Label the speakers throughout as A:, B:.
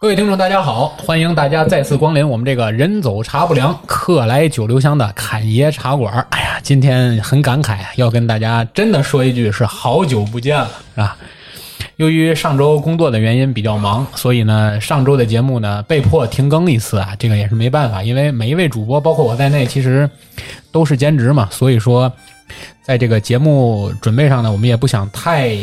A: 各位听众，大家好！欢迎大家再次光临我们这个“人走茶不凉，客来酒留香”的侃爷茶馆。哎呀，今天很感慨，啊要跟大家真的说一句，是好久不见了，是吧？由于上周工作的原因比较忙，所以呢，上周的节目呢被迫停更一次啊，这个也是没办法，因为每一位主播，包括我在内，其实都是兼职嘛，所以说，在这个节目准备上呢，我们也不想太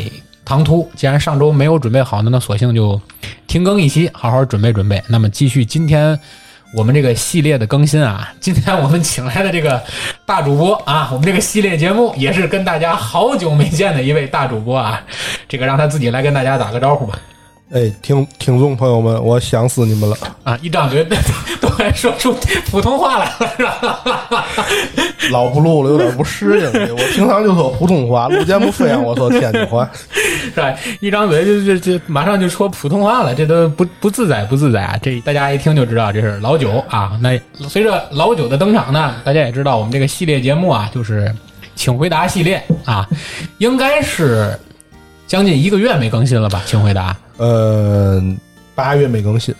A: 唐突。既然上周没有准备好呢，那索性就停更一期，好好准备准备。那么继续今天我们这个系列的更新啊， 今天我们请来的这个大主播啊，我们这个系列节目也是跟大家好久没见的一位大主播啊，这个让他自己来跟大家打个招呼吧。
B: 哎，听听众朋友们，我想死你们了！
A: 啊，一张嘴 都快说出普通话来了，是吧？
B: 老不录了，有点不适应。我平常就说普通话，录节目非让我说天津话。
A: 是吧？一张嘴就就就马上就说普通话了，这都不不自在不自在啊！这大家一听就知道这是老九啊。那随着老九的登场呢，大家也知道我们这个系列节目啊，就是请回答系列啊，应该是将近一个月没更新了吧？请回答，
B: 呃，八月没更新，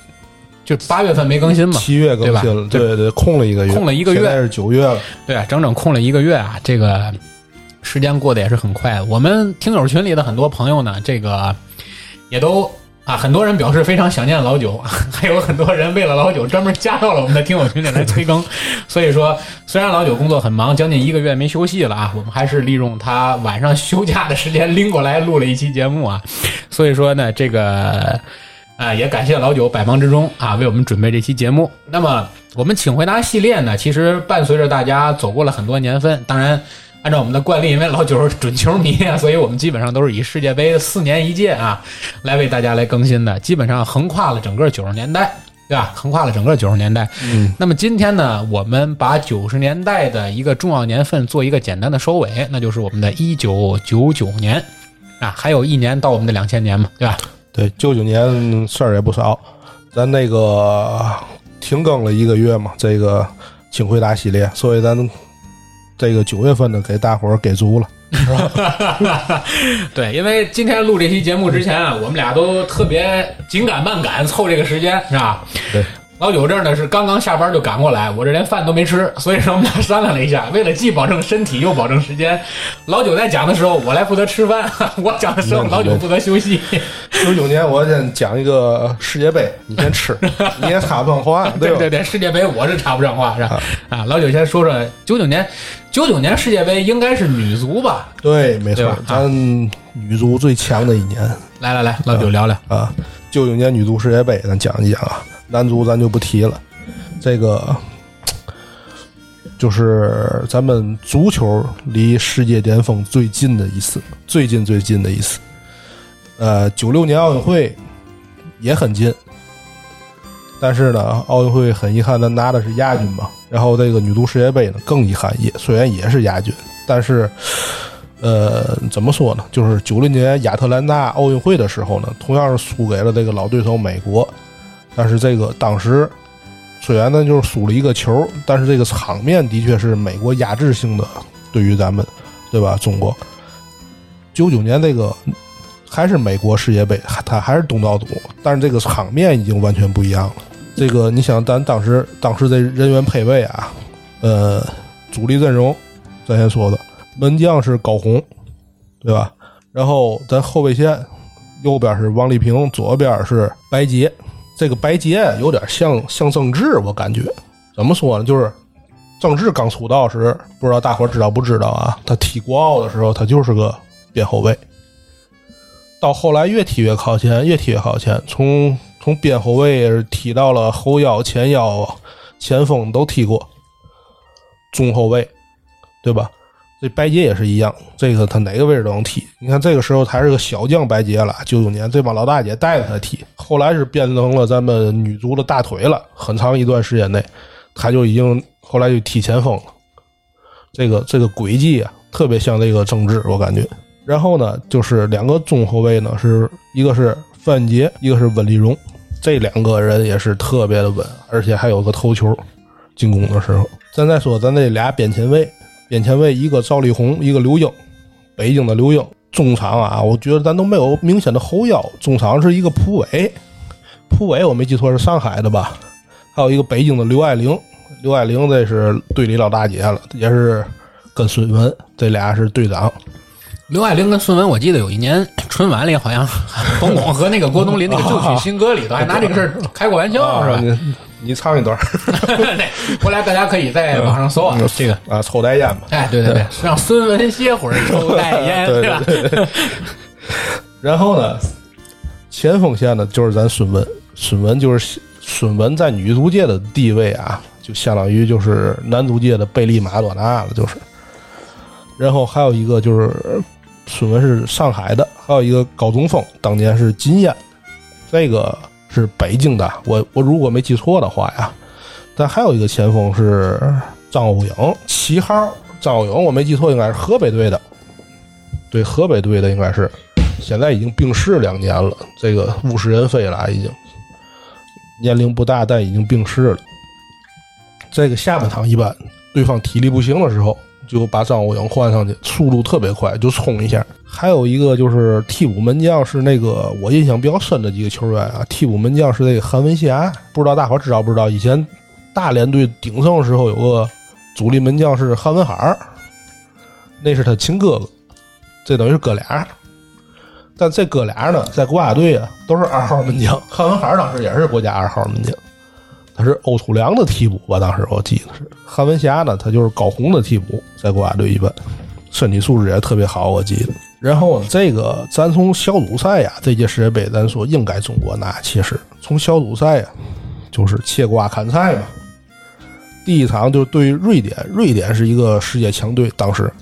A: 就八月份没更新嘛，
B: 七月更新了，
A: 对吧
B: 对对，空了一个月，
A: 空了一个月
B: 现在是九月了。
A: 对啊，整整空了一个月啊，这个时间过得也是很快。我们听友群里的很多朋友呢，这个也都啊，很多人表示非常想念老九， 啊还有很多人为了老九专门加到了我们的听友群里来催更。 所以说，虽然老九工作很忙，将近一个月没休息了啊，我们还是利用他晚上休假的时间拎过来录了一期节目啊。所以说呢，这个。啊，也感谢老九百忙之中啊为我们准备这期节目。那么我们请回答系列呢，其实伴随着大家走过了很多年份。当然，按照我们的惯例，因为老九是准球迷啊，所以我们基本上都是以世界杯四年一届啊来为大家来更新的，基本上横跨了整个九十年代。对吧？横跨了整个九十年代。
B: 嗯，
A: 那么今天呢，我们把九十年代的一个重要年份做一个简单的收尾，那就是我们的一九九九年啊，还有一年到我们的两千年嘛，对吧？
B: 对，九九年事儿也不少，咱那个停更了一个月嘛，这个请回答系列，所以咱这个九月份呢，给大伙儿给足了。
A: 对，因为今天录这期节目之前啊，我们俩都特别紧赶慢赶凑这个时间，是吧？
B: 对。
A: 老九这儿呢是刚刚下班就赶过来，我这连饭都没吃，所以说我们俩商量了一下，为了既保证身体又保证时间，老九在讲的时候我来负责吃饭，我讲的时候老九负责休息。
B: 九九年，我先讲一个世界杯，你先 吃，你也哈不上话，
A: 对
B: 吧？
A: 对对，世界杯我是插不上话是吧？啊，老九先说说九九年，九九年世界杯应该是女足吧？
B: 对，没
A: 对
B: 错
A: 吧，
B: 咱女足最强的一年
A: 来来来，老九聊聊。
B: 啊，九九年女足世界杯，咱讲一讲啊，男足咱就不提了。这个就是咱们足球离世界巅峰最近的一次，最近最近的一次。呃，九六年奥运会也很近，但是呢，奥运会很遗憾，咱拿的是亚军嘛。然后这个女足世界杯呢，更遗憾，也虽然也是亚军，但是，呃，怎么说呢？就是九六年亚特兰大奥运会的时候呢，同样是输给了这个老对手美国，但是这个当时虽然呢就是输了一个球，但是这个场面的确是美国压制性的，对于咱们，对吧？中国，九九年这个还是美国世界杯，它还是东道主，但是这个场面已经完全不一样了。这个你想，咱当时当时这人员配备啊，呃，主力阵容，咱先说的门将是高红，对吧？然后咱后备线右边是王丽萍，左边是白洁。这个白洁有点像像郑智，我感觉怎么说呢？就是郑智刚出道时，不知道大伙儿知道不知道啊？他踢国奥的时候，他就是个边后卫。到后来越踢越靠前，越踢越靠前，从从边后卫踢到了后腰、前腰、前锋都踢过，中后卫，对吧？这白洁也是一样，这个他哪个位置都能踢。你看这个时候还是个小将白洁了，九九年这帮老大姐带着他踢，后来是变成了咱们女足的大腿了。很长一段时间内，他就已经后来就踢前锋了。这个这个轨迹啊，特别像这个郑智，我感觉。然后呢，就是两个中后卫呢，是一个是范杰，一个是温丽荣，这两个人也是特别的稳，而且还有个头球，进攻的时候。咱再说咱这俩边前卫，边前卫一个赵丽红，一个刘英，北京的刘英。中场啊，我觉得咱都没有明显的后腰，中场是一个扑尾，扑伟我没记错是上海的吧？还有一个北京的刘爱玲，刘爱玲这是队里老大姐了，也是跟孙文这俩是队长。
A: 刘爱玲跟孙文，我记得有一年 春晚里，好像冯巩和那个郭冬临那个旧曲新歌里 头还拿这个事儿
B: 啊
A: 开过玩笑，是吧？
B: 你你唱一段儿，
A: 对，后来大家可以在网上搜啊，这个。
B: 啊，抽袋烟吧。
A: 哎，对对对，让孙文歇会儿，抽袋 烟，
B: 对
A: 吧？
B: 对对。然后呢，前锋线呢就是咱孙文，孙文就是孙文在女足界的地位啊，就相当于就是男足界的贝利马拉多纳了，就是。然后还有一个就是孙文是上海的，还有一个高中锋，当年是金燕，这个是北京的，我我如果没记错的话呀。但还有一个前锋是张欧颖，旗号张欧颖，我没记错应该是河北队的，对河北队的应该是，现在已经病逝两年了，这个物是人非了，已经年龄不大，但已经病逝了。这个下半场一般对方体力不行的时候，就把张国英换上去，速度特别快，就冲一下。还有一个就是替补门将是那个我印象比较深的几个球员啊，替补门将是那个韩文霞，不知道大伙儿知道不知道？以前大连队鼎盛的时候有个主力门将是韩文海儿，那是他亲哥哥。这等于是哥俩儿。但这哥俩儿呢，在国家队啊都是二号门将，汉文海儿当时也是国家二号门将，他是欧楚良的替补吧？当时我记得是韩文霞呢，他就是高红的替补，在国家队一般，身体素质也特别好，我记得。然后这个咱从小组赛呀、这届世界杯咱说应该中国拿，其实从小组赛呀、就是切瓜砍菜嘛。第一场就是对于瑞典，瑞典是一个世界强队，当时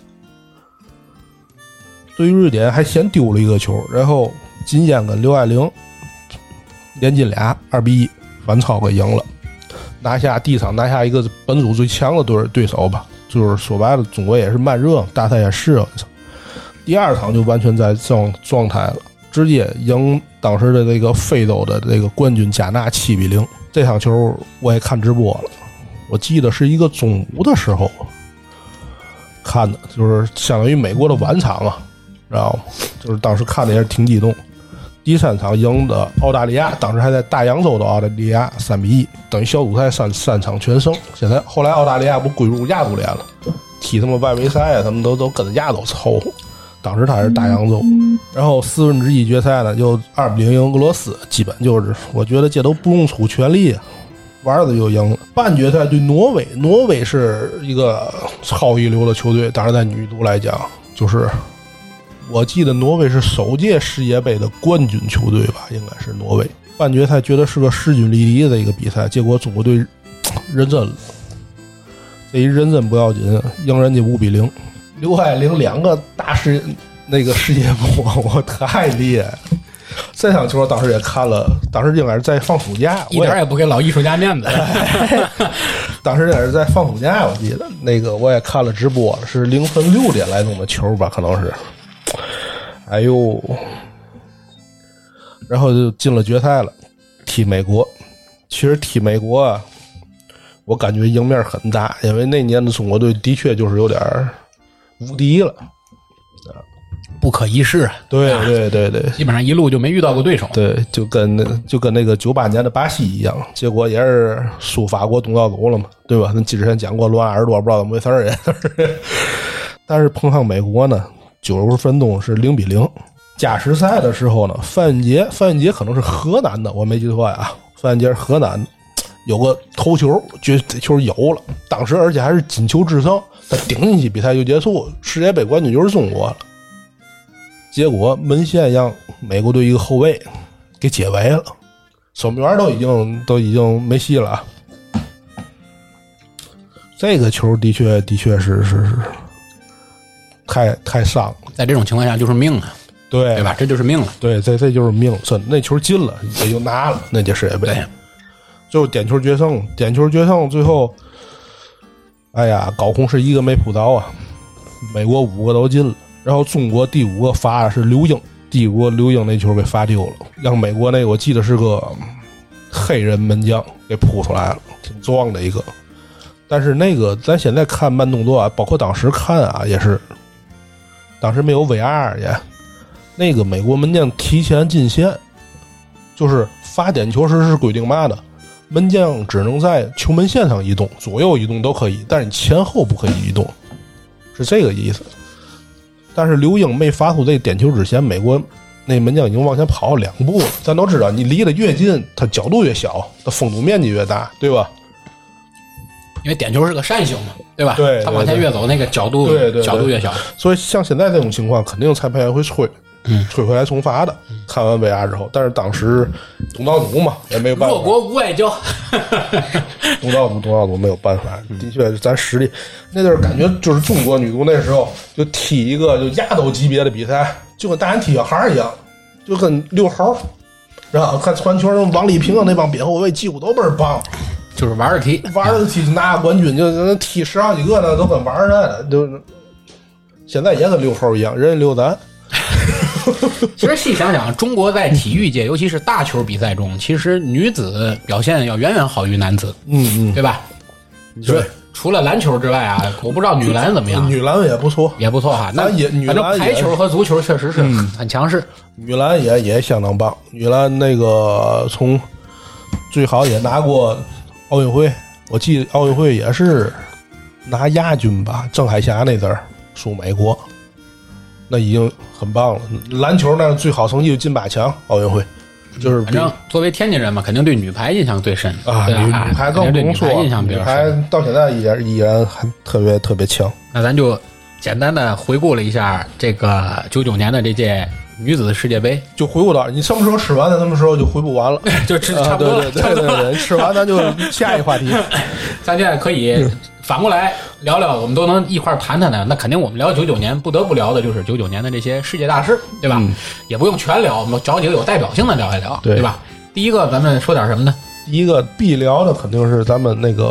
B: 对于瑞典还先丢了一个球，然后金燕跟刘爱玲连进俩，二比一反超给赢了，拿下第一场拿下一个本组最强的对对手吧，就是说白了，中国也是慢热，大赛也是。啊第二场就完全在状状态了，直接赢当时的这个非洲的这个冠军加纳七比零。这场球我也看直播了，我记得是一个中午的时候看的，就是相当于美国的晚场啊，然后就是当时看的也是挺激动。第三场赢的澳大利亚，当时还在大洋洲的澳大利亚三比一，等于小组赛三三场全胜。呃现在后来澳大利亚不归入亚足联了，踢他妈外围赛啊，他们都都跟着亚洲凑合。当时他是大洋洲，然后四分之一决赛呢，就二比零赢俄罗斯，基本就是我觉得这都不用出全力啊，玩儿的就赢了。半决赛对挪威，挪威是一个超一流的球队，当然在女足来讲，就是我记得挪威是首届世界杯的冠军球队吧，应该是挪威。半决赛觉得是个势均力敌的一个比赛，结果中国队认真了，这一认真不要紧，赢人家五比零。刘爱玲两个大世那个世界波，我太厉害了。这场球当时也看了，当时应该是在放暑假，
A: 一
B: 我也
A: 点儿也不给老艺术家面子。
B: 当时也是在放暑假，我记得那个我也看了直播了，是凌晨六点来弄的球吧，可能是。哎呦，然后就进了决赛了，踢美国。其实踢美国啊，我感觉赢面很大，因为那年的中国队的确就是有点儿无敌了。
A: 不可一世，啊
B: 对对对对，
A: 基本上一路就没遇到过对手。
B: 对，就跟那就跟那个九八年的巴西一样，结果也是输法国东道主了嘛，对吧？那之前讲过罗纳尔多，不知道怎么回事儿也 是。但是碰上美国呢，九十分钟是零比零。加时赛的时候呢，范云杰，范云杰可能是河南的，我没记错呀，范云杰是河南的，有个头球，觉得这球有了，当时而且还是金球制胜，他顶进去，比赛就结束，世界杯冠军就是中国了。结果门线让美国队一个后卫给解围了，守门员都已经都已经没戏了啊。这个球的确的确是是是，太太伤了，
A: 在这种情况下，就是命啊，
B: 对
A: 对吧？这就是命了。
B: 对，这这就是命，真的那球进了也就拿了那届世界杯
A: 对，
B: 最后点球决胜，点球决胜，最后，哎呀，高红是一个没扑到啊，美国五个都进了，然后中国第五个罚的是刘英，第五个刘英那球给罚丢了，让美国那个我记得是个黑人门将给扑出来了，挺壮的一个。但是那个咱现在看慢动作啊，包括当时看啊，也是，当时没有 VR 也，那个美国门将提前进线，就是发点球时是规定嘛的，门将只能在球门线上移动，左右移动都可以，但是你前后不可以移动，是这个意思。但是刘英没发出这点球之前，美国那门将已经往前跑了两步了。咱都知道，你离得越近，它角度越小，它封堵面积越大，对吧？
A: 因为点球是个扇形嘛，对吧？
B: 对
A: 他往前
B: 对
A: 越走，那个角度
B: 对对对
A: 角度越小。
B: 所以像现在这种情况，肯定裁判员会吹，吹回来重罚的。看完 VR 之后，但是当时东道主嘛，也没有办法
A: 弱，国无外交，
B: 东道主东道主没有办法。
A: 嗯
B: 的确，咱实力那阵儿感觉就是中国女足那时候就踢一个就压斗级别的比赛，就跟大人踢小孩儿一样，就跟遛猴儿。然后看传球，王丽萍啊那帮边后卫技术都倍儿棒，
A: 就是玩儿题。
B: 玩儿的踢拿冠军就就踢十好几个呢，都跟玩儿似的，就现在也跟遛猴儿一样，人家遛咱。
A: 其实细想想，中国在体育
B: 嗯
A: 界，尤其是大球比赛中，其实女子表现要远远好于男子，
B: 嗯
A: 对吧？你说除了篮球之外啊，我不知道女篮怎么样，
B: 女篮也不错，
A: 也不错哈。那
B: 咱也女
A: 反正
B: 篮也嗯
A: 排球和足球确实是很强势。
B: 女篮也也相当棒。女篮那个从最好也拿过奥运会，我记得奥运会也是拿亚军吧，郑海霞那阵儿输美国，那已经很棒了。篮球那最好成绩就进八强，奥运会就是
A: 反
B: 比
A: 正作为天津人嘛，肯定对女排印象最深
B: 啊，
A: 对
B: 女女排
A: 肯定
B: 更不
A: 对
B: 用
A: 女
B: 说
A: 排印
B: 了，
A: 象比
B: 女
A: 较
B: 排
A: 深。
B: 到现在依然依然还特别特别强。
A: 那咱就简单的回顾了一下这个九九年的这届女子世界杯，
B: 就回不到你什么时候吃完的，什么时候就回不 完了。
A: 就吃
B: 啊，
A: 差不
B: 对
A: 多
B: 对
A: 了，差
B: 对
A: 不多
B: 对
A: 了。
B: 对，吃完咱就下一话题。
A: 咱现在可
B: 嗯
A: 以反过来聊聊，我们都能一块儿谈谈的。那肯定我们聊九九年，不得不聊的就是九九年的这些世界大事，对吧？也不用全聊，我们找几个有代表性的聊一聊，
B: 嗯对
A: 对吧？第一个，咱们说点什么呢？
B: 第一个必聊的肯定是咱们那个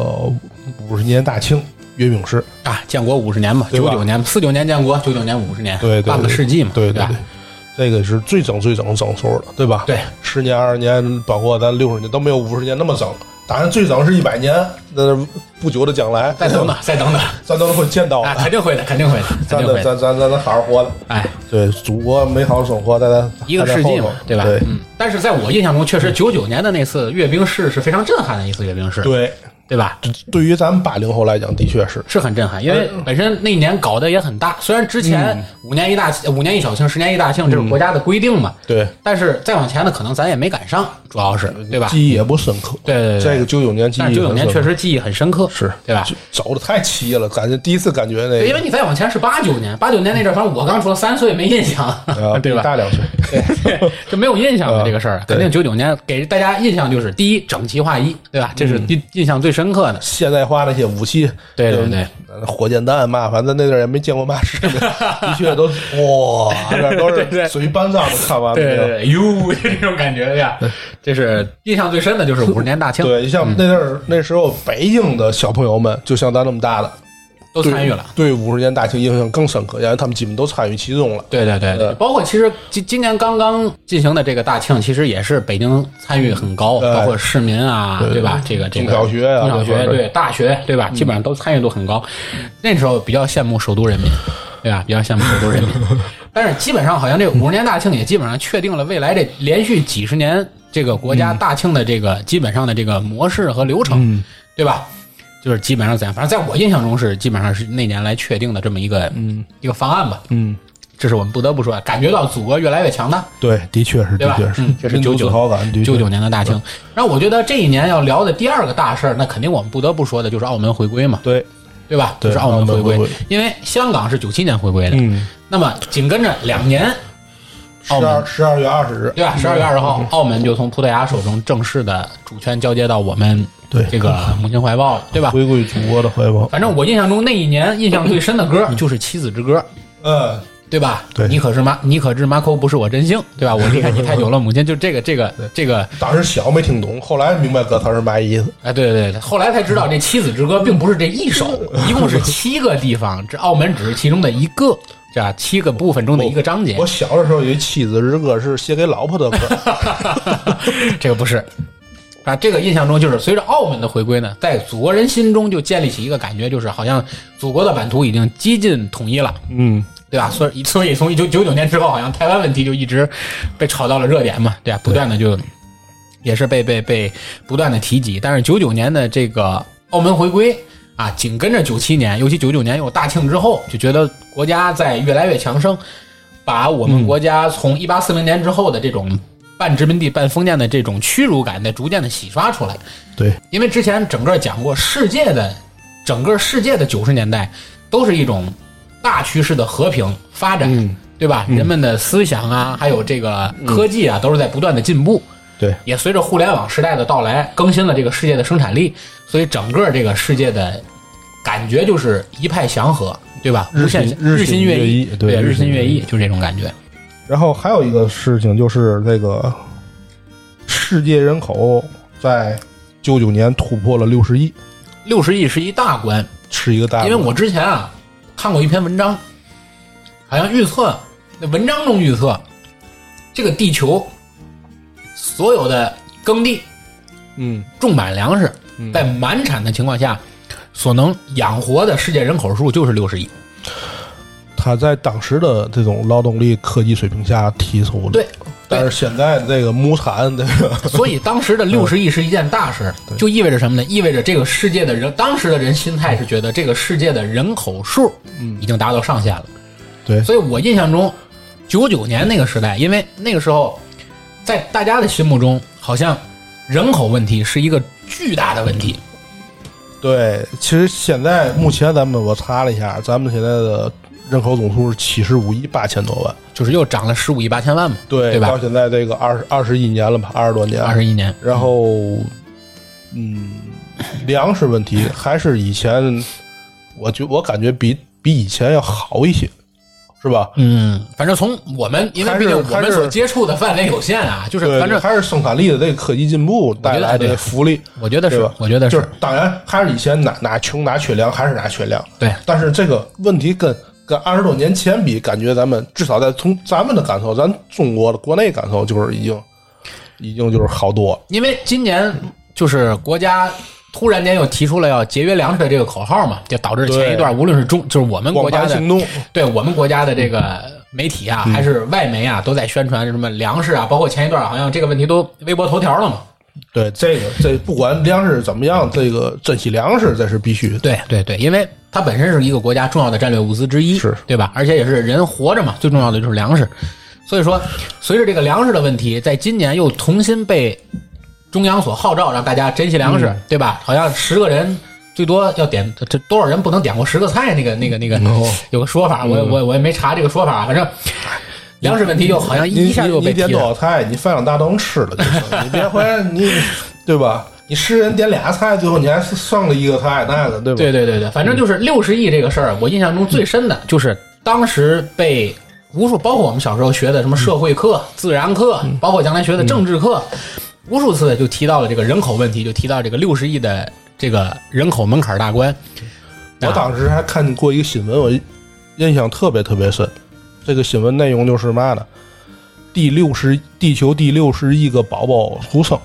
B: 五十年大庆阅兵式，
A: 啊，建国五十年嘛，
B: 对
A: 九
B: 吧
A: 九年，四九年建国，九九年五十年，
B: 对对对
A: 半个世纪嘛，
B: 对
A: 吧
B: 对，这个是最整最整整数了，对吧？，
A: 对，
B: 十年、二十年，包括咱六十年都没有五十年那么整。当然，最整是一百年，那不久的将来，
A: 再等等，再等等，
B: 咱都会见到
A: 啊，
B: 的。
A: 肯定会的，肯定会的，肯
B: 咱
A: 定
B: 得
A: 会的，
B: 咱咱咱咱好好活的，
A: 哎，
B: 对祖国美好生活在咱
A: 一个世纪嘛，
B: 对
A: 吧？嗯。但是在我印象中，确实九九年的那次阅兵式是非常震撼的一次阅兵式，
B: 对，
A: 对吧？
B: 对于咱们八零后来讲，的确是
A: 是很震撼，因
B: 呃
A: 为本身那一年搞得也很大，虽然之
B: 嗯
A: 前五年一大、五年一小庆、十年一大庆这种国家的规定嘛，
B: 对，呃
A: 但是再往前的可能咱也没赶上，主要是对吧？
B: 记忆也不深刻。
A: 对对对
B: 这个九九年记
A: 但
B: 忆
A: 是九九
B: 很
A: 年
B: 深
A: 确
B: 刻
A: 实记忆很深刻，
B: 是
A: 对吧？
B: 就走的太齐了，感觉第一次感觉
A: 对因
B: 那
A: 为你再往前是八九年，八九年那阵儿，反正我刚出生三岁，没印象，
B: 个 啊，
A: 对
B: 比
A: 吧？
B: 嗯大两岁，
A: 就没有印象的这个事儿，
B: 对
A: 肯定九九年给大家印象就是第一整齐划一，对吧？这
B: 嗯
A: 是印印象最深刻的。
B: 现代化那些武器，
A: 对对对
B: 呃，火箭弹嘛，反正那阵儿也没见过嘛世面，的确都是哇，那都
A: 对对
B: 是随班长都看完
A: 对对
B: 了。
A: 对，哟， 这种感觉 呀，这是印象最深的就是五十年大庆，
B: 对，你像那阵儿那时候北京的小朋友们，就像咱那么大的，
A: 都参与了。
B: 对五十年大庆印象更深刻，因为他们基本都参与其中了。
A: 对对对对，
B: 呃
A: 包括其实今今年刚刚进行的这个大庆，其实也是北京参与很高，
B: 呃
A: 包括市民啊，
B: 对
A: 对吧？这个这个
B: 中小学啊
A: 中小
B: 这
A: 学
B: 块儿嗯
A: 对大学对吧？基本上都参与度很高。那时候比较羡慕首都人民，对吧？比较羡慕首都 人民。但是基本上好像这五十年大庆也基本上确定了未来这连续几十年这个国家大庆的这个基本上的这个模式和流程，
B: 嗯
A: 对吧？就是基本上怎样，反正在我印象中是基本上是那年来确定的这么一个嗯一个方案吧，
B: 嗯，
A: 这是我们不得不说，感觉到祖国越来越强大，
B: 对，的确是，
A: 对吧？嗯，这是
B: 民
A: 九
B: 族
A: 九
B: 自豪感，的确
A: 九九年的大庆。然后我觉得这一年要聊的第二个大事儿，那肯定我们不得不说的就是澳门回归嘛，
B: 对，
A: 对吧？
B: 对
A: 就是澳门
B: 澳门
A: 回
B: 回归
A: 因为香港是九七年回归的，
B: 嗯，
A: 那么紧跟着两年，
B: 十
A: 澳
B: 二
A: 门
B: 十二月二十日，
A: 对吧？十二月二十号，澳门就从葡萄牙手中正式的主权交接到我们
B: 对
A: 这个母亲怀抱了，对吧？
B: 回归祖国的怀抱。
A: 反正我印象中那一年印象最深的歌就是《妻子之歌》，
B: 嗯，
A: 对吧？
B: 对
A: 你可是马，你可知马扣不是我真姓，对吧？我离开你太久 了，母亲，就这个这个这个，
B: 当时小没听懂，后来明白歌词是嘛意思。
A: 哎，对对对，后来才知道这《妻子之歌》并不是这一首，一共是七个地方，这澳门只是其中的一个，这吧？七个部分中的一个章节
B: 我，小的时候有一妻子之歌是写给老婆的 歌，
A: 这个不是。啊，这个印象中就是随着澳门的回归呢，在祖国人心中就建立起一个感觉，就是好像祖国的版图已经接近统一了，
B: 嗯，
A: 对吧？所以所以从一九九九年之后，好像台湾问题就一直被炒到了热点嘛，对吧？不断的就也是被被被不断的提及。但是九九年的这个澳门回归啊，紧跟着九七年，尤其九九年有大庆之后，就觉得国家在越来越强盛，把我们国家从一八四零年之后的这种半殖民地半封建的这种屈辱感在逐渐的洗刷出来。
B: 对，
A: 因为之前整个讲过，世界的整个世界的九十年代都是一种大趋势的和平发展，对吧？人们的思想啊，还有这个科技啊，都是在不断的进步。
B: 对，
A: 也随着互联网时代的到来，更新了这个世界的生产力，所以整个这个世界的感觉就是一派祥和，对吧？
B: 日
A: 无限
B: 新日
A: 新
B: 新月
A: 异
B: 异，对
A: 日
B: 日
A: 新
B: 新
A: 月
B: 月
A: 异，
B: 异
A: 就是这种感觉。
B: 然后还有一个事情就是那个世界人口在九九年突破了六十亿，
A: 六十亿是一大关，
B: 是一个大
A: 因
B: 国。
A: 为我之前啊看过一篇文章，好像预测那文章中预测，这个地球所有的耕地
B: 嗯
A: 种满粮食，在满产的情况下，所能养活的世界人口数就是六十亿。
B: 他在当时的这种劳动力科技水平下提出的，
A: 对，
B: 但是现在这个亩产这个，
A: 所以当时的六十亿是一件大事，就意味着什么呢？意味着这个世界的人，当时的人心态是觉得这个世界的人口数已经达到上限了。
B: 嗯对
A: 所以我印象中，九九年那个时代，因为那个时候在大家的心目中，好像人口问题是一个巨大的问题。
B: 嗯对，其实现在目前咱们我查了一下，咱们现在的人口总数是七十五亿八千多万，
A: 就是又涨了十五亿八千万嘛，
B: 对
A: 对吧
B: 到现在这个二十二十一年了吧，二十多年，
A: 二十一年，
B: 然后，嗯，粮食问题还是以前，我觉我感觉比比以前要好一些，是吧？
A: 嗯，反正从我们，因为
B: 还
A: 毕
B: 是
A: 竟我
B: 还
A: 们
B: 是
A: 所接触的范围有限啊，就是
B: 对，
A: 反正哎
B: 还是生产力的这个科技进步带来
A: 对
B: 的福利，
A: 我觉得
B: 对
A: 是
B: 吧，
A: 我觉得
B: 就是是，当然还是以前哪哪穷哪缺粮，还是哪缺粮，
A: 对，
B: 但是这个问题跟跟二十多年前比，感觉咱们至少在从咱们的感受，咱中国的国内感受就是已经已经就是好多了，
A: 因为今年就是国家突然间又提出了要节约粮食的这个口号嘛，就导致前一段无论是中就是我们国
B: 广
A: 家
B: 盘
A: 的
B: 行动，
A: 对我们国家的这个媒体啊，还是外媒啊，都在宣传什么粮食啊，包括前一段好像这个问题都微博头条了嘛。
B: 对这个，这不管粮食怎么样，这个珍惜粮食这是必须的。
A: 对对对，因为它本身是一个国家重要的战略物资之一，
B: 是
A: 对吧？而且也是人活着嘛，最重要的就是粮食。所以说，随着这个粮食的问题，在今年又重新被中央所号召，让大家珍惜粮
B: 嗯
A: 食，对吧？好像十个人最多要点这多少人不能点过十个菜？那个那个那个、
B: 哦
A: 有个说法，我
B: 嗯
A: 我我也没查这个说法，反正粮食问题又好像
B: 你
A: 一下
B: 你
A: 又
B: 嗯你
A: 被提
B: 点
A: 了
B: 多少菜，你饭让大都能吃了就行，你别回来你对吧？你十人点俩菜，最后你还剩了一个菜，那个对吧？嗯
A: 对对对对，反正就是六十亿这个事儿，我印象中最深的就是当时被无数，包括我们小时候学的什么社会课、
B: 嗯
A: 自然课，包括将来学的政治课，无数次就提到了这个人口问题，就提到这个六十亿的这个人口门槛大关。
B: 我当时还看过一个新闻，我印象特别特别深。这个新闻内容就是嘛呢？第六十地球第六十亿个宝宝出生，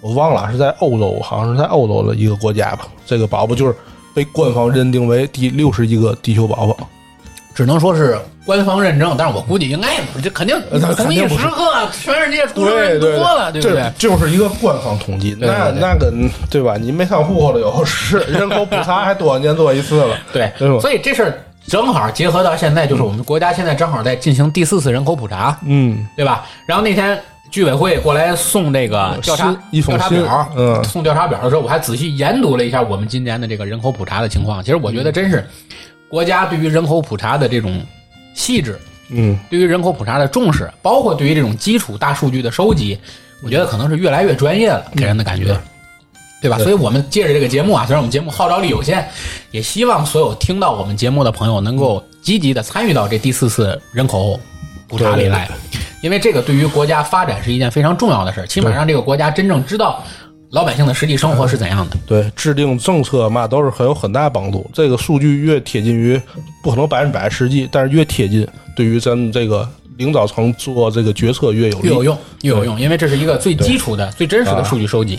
B: 我忘了是在欧洲，好像是在欧洲的一个国家吧。这个宝宝就是被官方认定为第六十亿个地球宝宝。
A: 只能说是官方认证，但是我估计应该也不是，这肯定
B: 呃那
A: 同
B: 肯
A: 一
B: 定不
A: 时
B: 是
A: 刻全世界出生人多了，对不对？
B: 这就是一个官方统计。
A: 对对
B: 那
A: 对
B: 那个对吧？你没上户口的有是人口普查还多少年做一次了？
A: 对，
B: 对吧
A: 所以这事儿正好结合到现在，就是我们国家现在正好在进行第四次人口普查。
B: 嗯，
A: 对吧？然后那天居委会过来送这个调查
B: 信哦一封
A: 调查
B: 信
A: 表，
B: 嗯
A: 送调查表的时候，我还仔细研读了一下我们今年的这个人口普查的情况。其实我觉
B: 嗯
A: 得真是国家对于人口普查的这种细致，
B: 嗯，
A: 对于人口普查的重视，包括对于这种基础大数据的收集，我觉得可能是越来越专业了，给人的感觉。嗯对吧？所以，我们借着这个节目啊，虽然我们节目号召力有限，也希望所有听到我们节目的朋友能够积极的参与到这第四次人口普查里来，因为这个对于国家发展是一件非常重要的事儿，起码让这个国家真正知道老百姓的实际生活是怎样的。
B: 对，制定政策嘛都是很有很大帮助。这个数据越贴近于，不可能百分之百实际，但是越贴近，对于咱们这个领导层做这个决策越有
A: 啊
B: 利。
A: 越有用，越有用，因为这是一个最基础的、最真实的数据收集。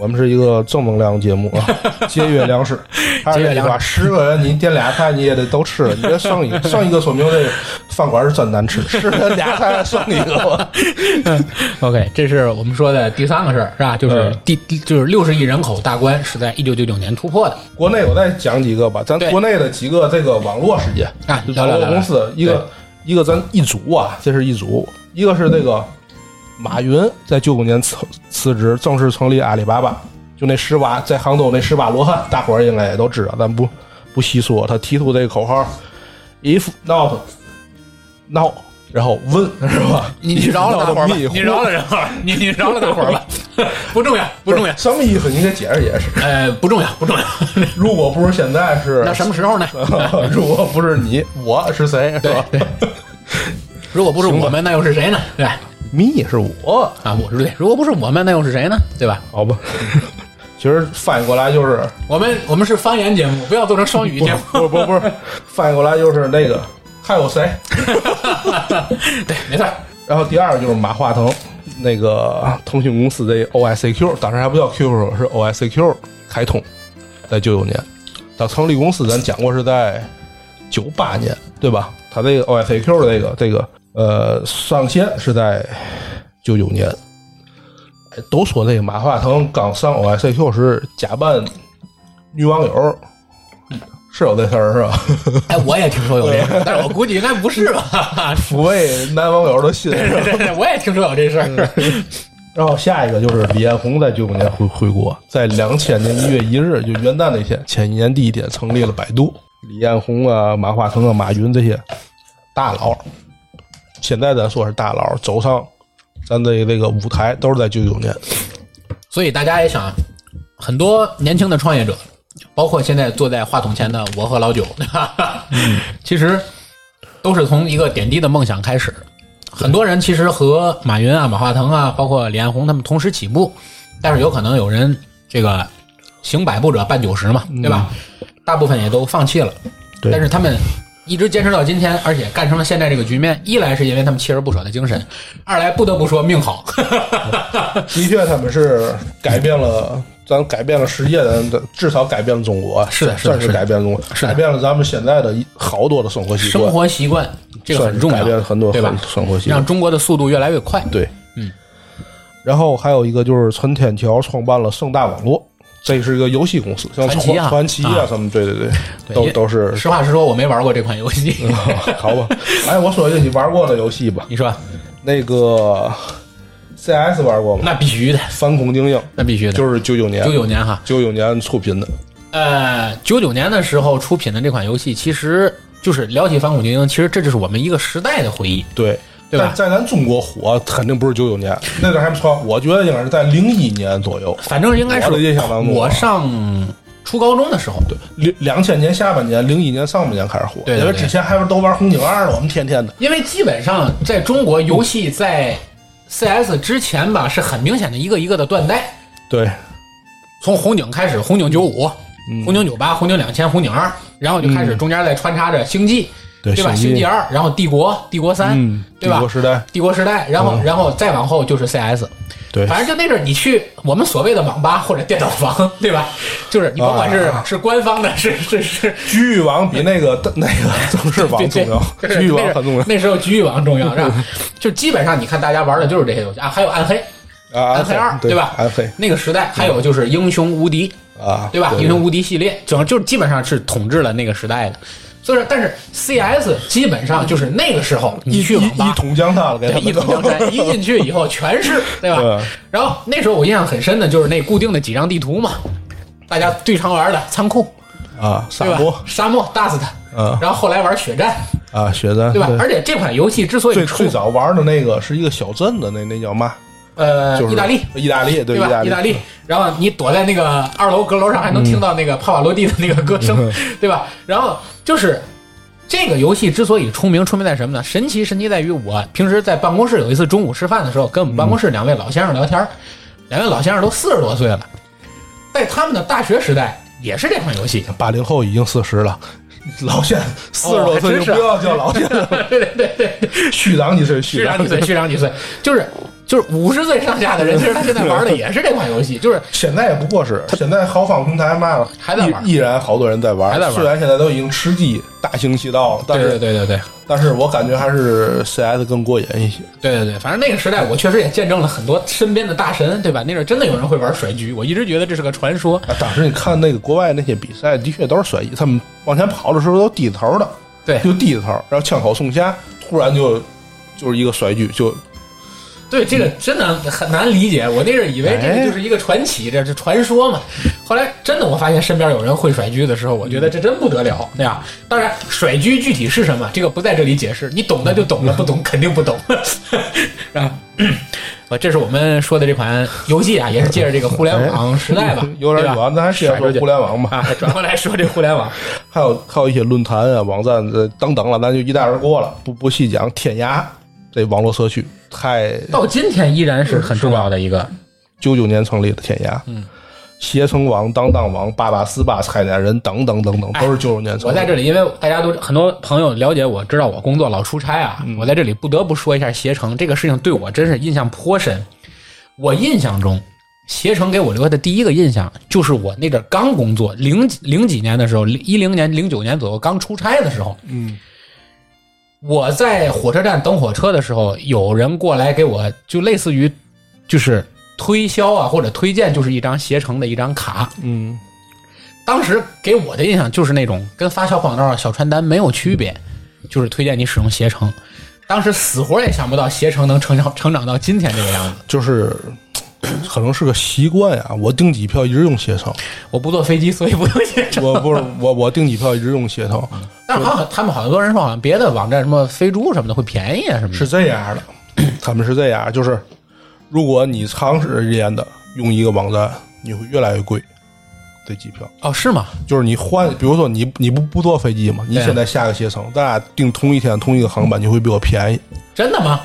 B: 我们是一个正能量节目啊，节约粮食。还是那
A: 节
B: 句
A: 约
B: 话，十个人你点俩菜你也得都吃。你这上一上一个说明这饭馆是真难吃，十个人俩菜剩一个吧。
A: OK，这是我们说的第三个事儿，是吧？就是
B: 嗯
A: 第、第就是六十亿人口大关是在一九九九年突破的
B: 国内我再讲几个吧，咱
A: 对
B: 国内的几个这个网络事件，
A: 啊。
B: 就
A: 聊
B: 网
A: 聊
B: 络
A: 聊
B: 公
A: 聊，
B: 司一个一个咱一组啊，这是一组，一个是这个马云在九五年辞辞职，正式成立阿里巴巴，就那十八在杭州那十八罗汉，大伙儿应该也都知道，咱不不细说。他提出这个口号，if not now，然后问是吧？
A: 你你饶了大伙儿吧，你饶了人伙儿，你你饶了大伙儿吧，不重要，不重要，
B: 什么意思？你给解释解释。
A: 呃，不重要，不重要。
B: 如果不是现在是
A: 那什么时候呢？
B: 如果不是你，我是谁？是吧？
A: 如果不是我们，那又是谁呢？对吧？
B: 你是我，
A: 啊，我是对。如果不是我们，那又是谁呢？对吧？
B: 好吧？其实翻译过来就是，
A: 我们我们是方言节目，不要做成双语节目。
B: 不是不是不是，翻译过来就是那个还有谁？
A: 对，没错儿。
B: 然后第二个就是马化腾，那个腾讯公司的 OICQ，当时还不叫 QQ，是 OICQ 开通，在九九年，他成立公司咱讲过是在九八年，对吧？他这个 OICQ 的这个这个呃上线是在九九年。哎都说这个马化腾刚上 OICQ 时假扮女网友，是有这事儿是吧？
A: 哎，我也听说有这个，但是我估计应该不是吧？
B: 抚慰男网友的心是吧？
A: 对对对，我也听说有这事儿。
B: 然后下一个就是李彦宏在九五年回回国，在两千年一月一日，就元旦那天，前一年第一天成立了百度。李彦宏啊、马化腾啊、马云这些大佬，现在咱说是大佬，走上咱的这个舞台都是在九九年。
A: 所以大家也想，很多年轻的创业者，包括现在坐在话筒前的我和老九， 其实都是从一个点滴的梦想开始。很多人其实和马云啊、马化腾啊，包括李彦宏他们同时起步，但是有可能有人这个行百步者半九十嘛，对吧？大部分也都放弃了，
B: 对
A: 但是他们一直坚持到今天，而且干成了现在这个局面，一来是因为他们锲而不舍的精神，二来不得不说命好。
B: 的确，他们是改变了，咱改变了世界的，至少改变了中国，
A: 是的是的
B: 算
A: 是
B: 是
A: 的
B: 改变了中国，
A: 是的
B: 改变了咱们现在的一好多的生活习惯，
A: 生活习惯这个很重
B: 算是改变
A: 要
B: 了，很多
A: 对吧？
B: 生活习惯
A: 让。中国的速度越来越快。
B: 对，
A: 嗯。
B: 然后还有一个就是陈天桥创办了盛大网络，这是一个游戏公司，像
A: 传奇啊
B: 传奇
A: 啊
B: 啊什么，对对对，
A: 对
B: 都
A: 也
B: 都是。
A: 实话实说，我没玩过这款游戏。
B: 嗯好吧，哎，我说一个你玩过的游戏吧，
A: 你说
B: 那个 CS 玩过吗？
A: 那必须的，
B: 反恐精英
A: 那必须的。
B: 就是九九年
A: 九，九年哈，
B: 九九年出品的，
A: 呃，九九年的时候出品的这款游戏，其实就是聊起反恐精英，其实这就是我们一个时代的回忆。
B: 对。
A: 对吧
B: 但在咱中国火肯定不是九九年，那阵儿还不错，我觉得应该是在零一年左右，
A: 反正应该是
B: 我的印象当中啊
A: 我上初高中的时候，对，
B: 零两千年下半年，零一年上半年开始火，
A: 对对
B: 因为
A: 对
B: 之前还不是都玩红警二呢，我们天天的。
A: 因为基本上在中国游戏在 CS 之前吧，是很明显的一个一个的断代。
B: 对，
A: 从红警开始，红警九五、
B: 嗯
A: 红警九八、红警两千、红警二，然后就开始中间再穿插着星际，
B: 对
A: 吧？
B: 星际
A: 星际二，然后帝国、帝国三，
B: 嗯，
A: 对吧
B: 帝国？时代，嗯
A: 帝国时代，然后、然后再往后就是 CS，
B: 对
A: 反正就那阵儿你去我们所谓的网吧或者电脑房，对吧？就是你甭管是、
B: 啊
A: 是官方的，是是是，
B: 局域网比那个 那个正式网重 要，
A: 对
B: 局域网很重要
A: 那时候局域网 重要是吧？就基本上你看大家玩的就是这些游戏啊，还有暗黑，
B: 啊。
A: 暗黑二
B: 对
A: 对吧
B: 暗黑
A: 那个时代还有就是英雄无敌，
B: 啊，
A: 对吧？英雄无敌系列，整就是基本上是统治了那个时代的。所以说，但是 CS 基本上就是那个时候
B: 一
A: 你去网
B: 一
A: 吧
B: 一，统江山了，给
A: 对
B: 他
A: 一
B: 们
A: 统江 山，一嗯进去以后全是，对吧
B: 对？
A: 然后那时候我印象很深的就是那固定的几张地图嘛，大家最常玩的仓库，
B: 啊，沙
A: 对吧
B: 漠？
A: 沙漠 Dust，
B: 嗯
A: 然后后来玩血战，
B: 啊，血战
A: 对吧？而且这款游戏之所以
B: 最
A: 出
B: 最，早玩的那个是一个小镇的，那那叫嘛？
A: 呃，
B: 就是
A: 意大利。，
B: 意大利对
A: 对吧？意大利，然后你躲在那个二楼阁楼上，还能听到那个帕瓦罗蒂的那个歌声， 对吧？然后就是这个游戏之所以出名，出名在什么呢？神奇神奇在于我平时在办公室有一次中午吃饭的时候，跟我们办公室两位老先生聊天儿，两位老先生都四十多岁 了，在他们的大学时代也是这款游戏，
B: 八零后已经四十了，老选四十多岁
A: 哦还真啊
B: 就是不要叫老 选了，
A: 对对对对，
B: 虚长几岁，
A: 虚
B: 虚
A: 长几岁，
B: 岁。
A: 虚长几岁，就是就是五十岁上下的人，其实他现在玩的也是这款游戏，就是
B: 现在也不过是，现在豪放平台嘛，
A: 还在玩
B: 依依然好多人在玩，
A: 还在玩
B: 虽然现在都已经吃鸡大行其道了，但
A: 对
B: 是
A: 对对对对。
B: 但是我感觉还是 CS 更过瘾一些。
A: 对对对，反正那个时代，我确实也见证了很多身边的大神，对吧？那阵儿真的有人会玩甩狙，我一直觉得这是个传说。
B: 啊，当时你看那个国外那些比赛，的确都是甩一，他们往前跑的时候都低着头的，
A: 对
B: 就低着头，然后枪口冲下，突然就就是一个甩狙，就
A: 对，这个真的很难理解。我那阵儿以为这个就是一个传奇，这是传说嘛。后来真的我发现身边有人会甩狙的时候，我觉得这真不得了，对吧？当然，甩狙具体是什么，这个不在这里解释，你懂的就懂了，不懂肯定不懂。 啊，呃这是我们说的这款游戏啊，也是借着这个互联网时 代吧，
B: 哎有点
A: 对吧
B: 远，咱还是
A: 甩
B: 说
A: 出去
B: 互联网吧，
A: 啊，转过来说这互联网。
B: 还有还有一些论坛啊、网站，这等等了，咱就一带而过了，不不细讲。天涯这网络社区，太
A: 到今天依然是很重要的一个。
B: 九九年成立的天涯，嗯。携程网、当当网、八八四八、菜鸟人等等等等，都是九九年成
A: 哎我
B: 立的。
A: 在这里，因为大家都很多朋友了解我，知道我工作老出差啊，我在这里不得不说一下携程这个事情，对我真是印象颇深。我印象中，携程给我留下的第一个印象就是我那阵儿刚工作，零几零几年的时候，一零年、零九年左右刚出差的时候，
B: 嗯，
A: 我在火车站等火车的时候，有人过来给我，就类似于就是推销啊或者推荐，就是一张携程的一张卡，
B: 嗯，
A: 当时给我的印象就是那种跟发小广告、小传单没有区别，就是推荐你使用携程。当时死活也想不到携程能成长成长到今天这个样子。
B: 就是 可能是个习惯呀、我订机票一直用 携程，
A: 我不坐飞机，所以不用携程。
B: 我不是我我订机票一直用携程，
A: 但是好像他们好多人说，好像别的网站什么飞猪什么的会便宜啊什么的。
B: 是这样的， 他们是这样，就是如果你长时间的用一个网站，你会越来越贵。这机票
A: 哦，是吗？
B: 就是你换，比如说你你不不坐飞机嘛，你
A: 对啊
B: 现在下个携程，咱俩订同一天同一个航班，你会比我便宜，
A: 真的 吗？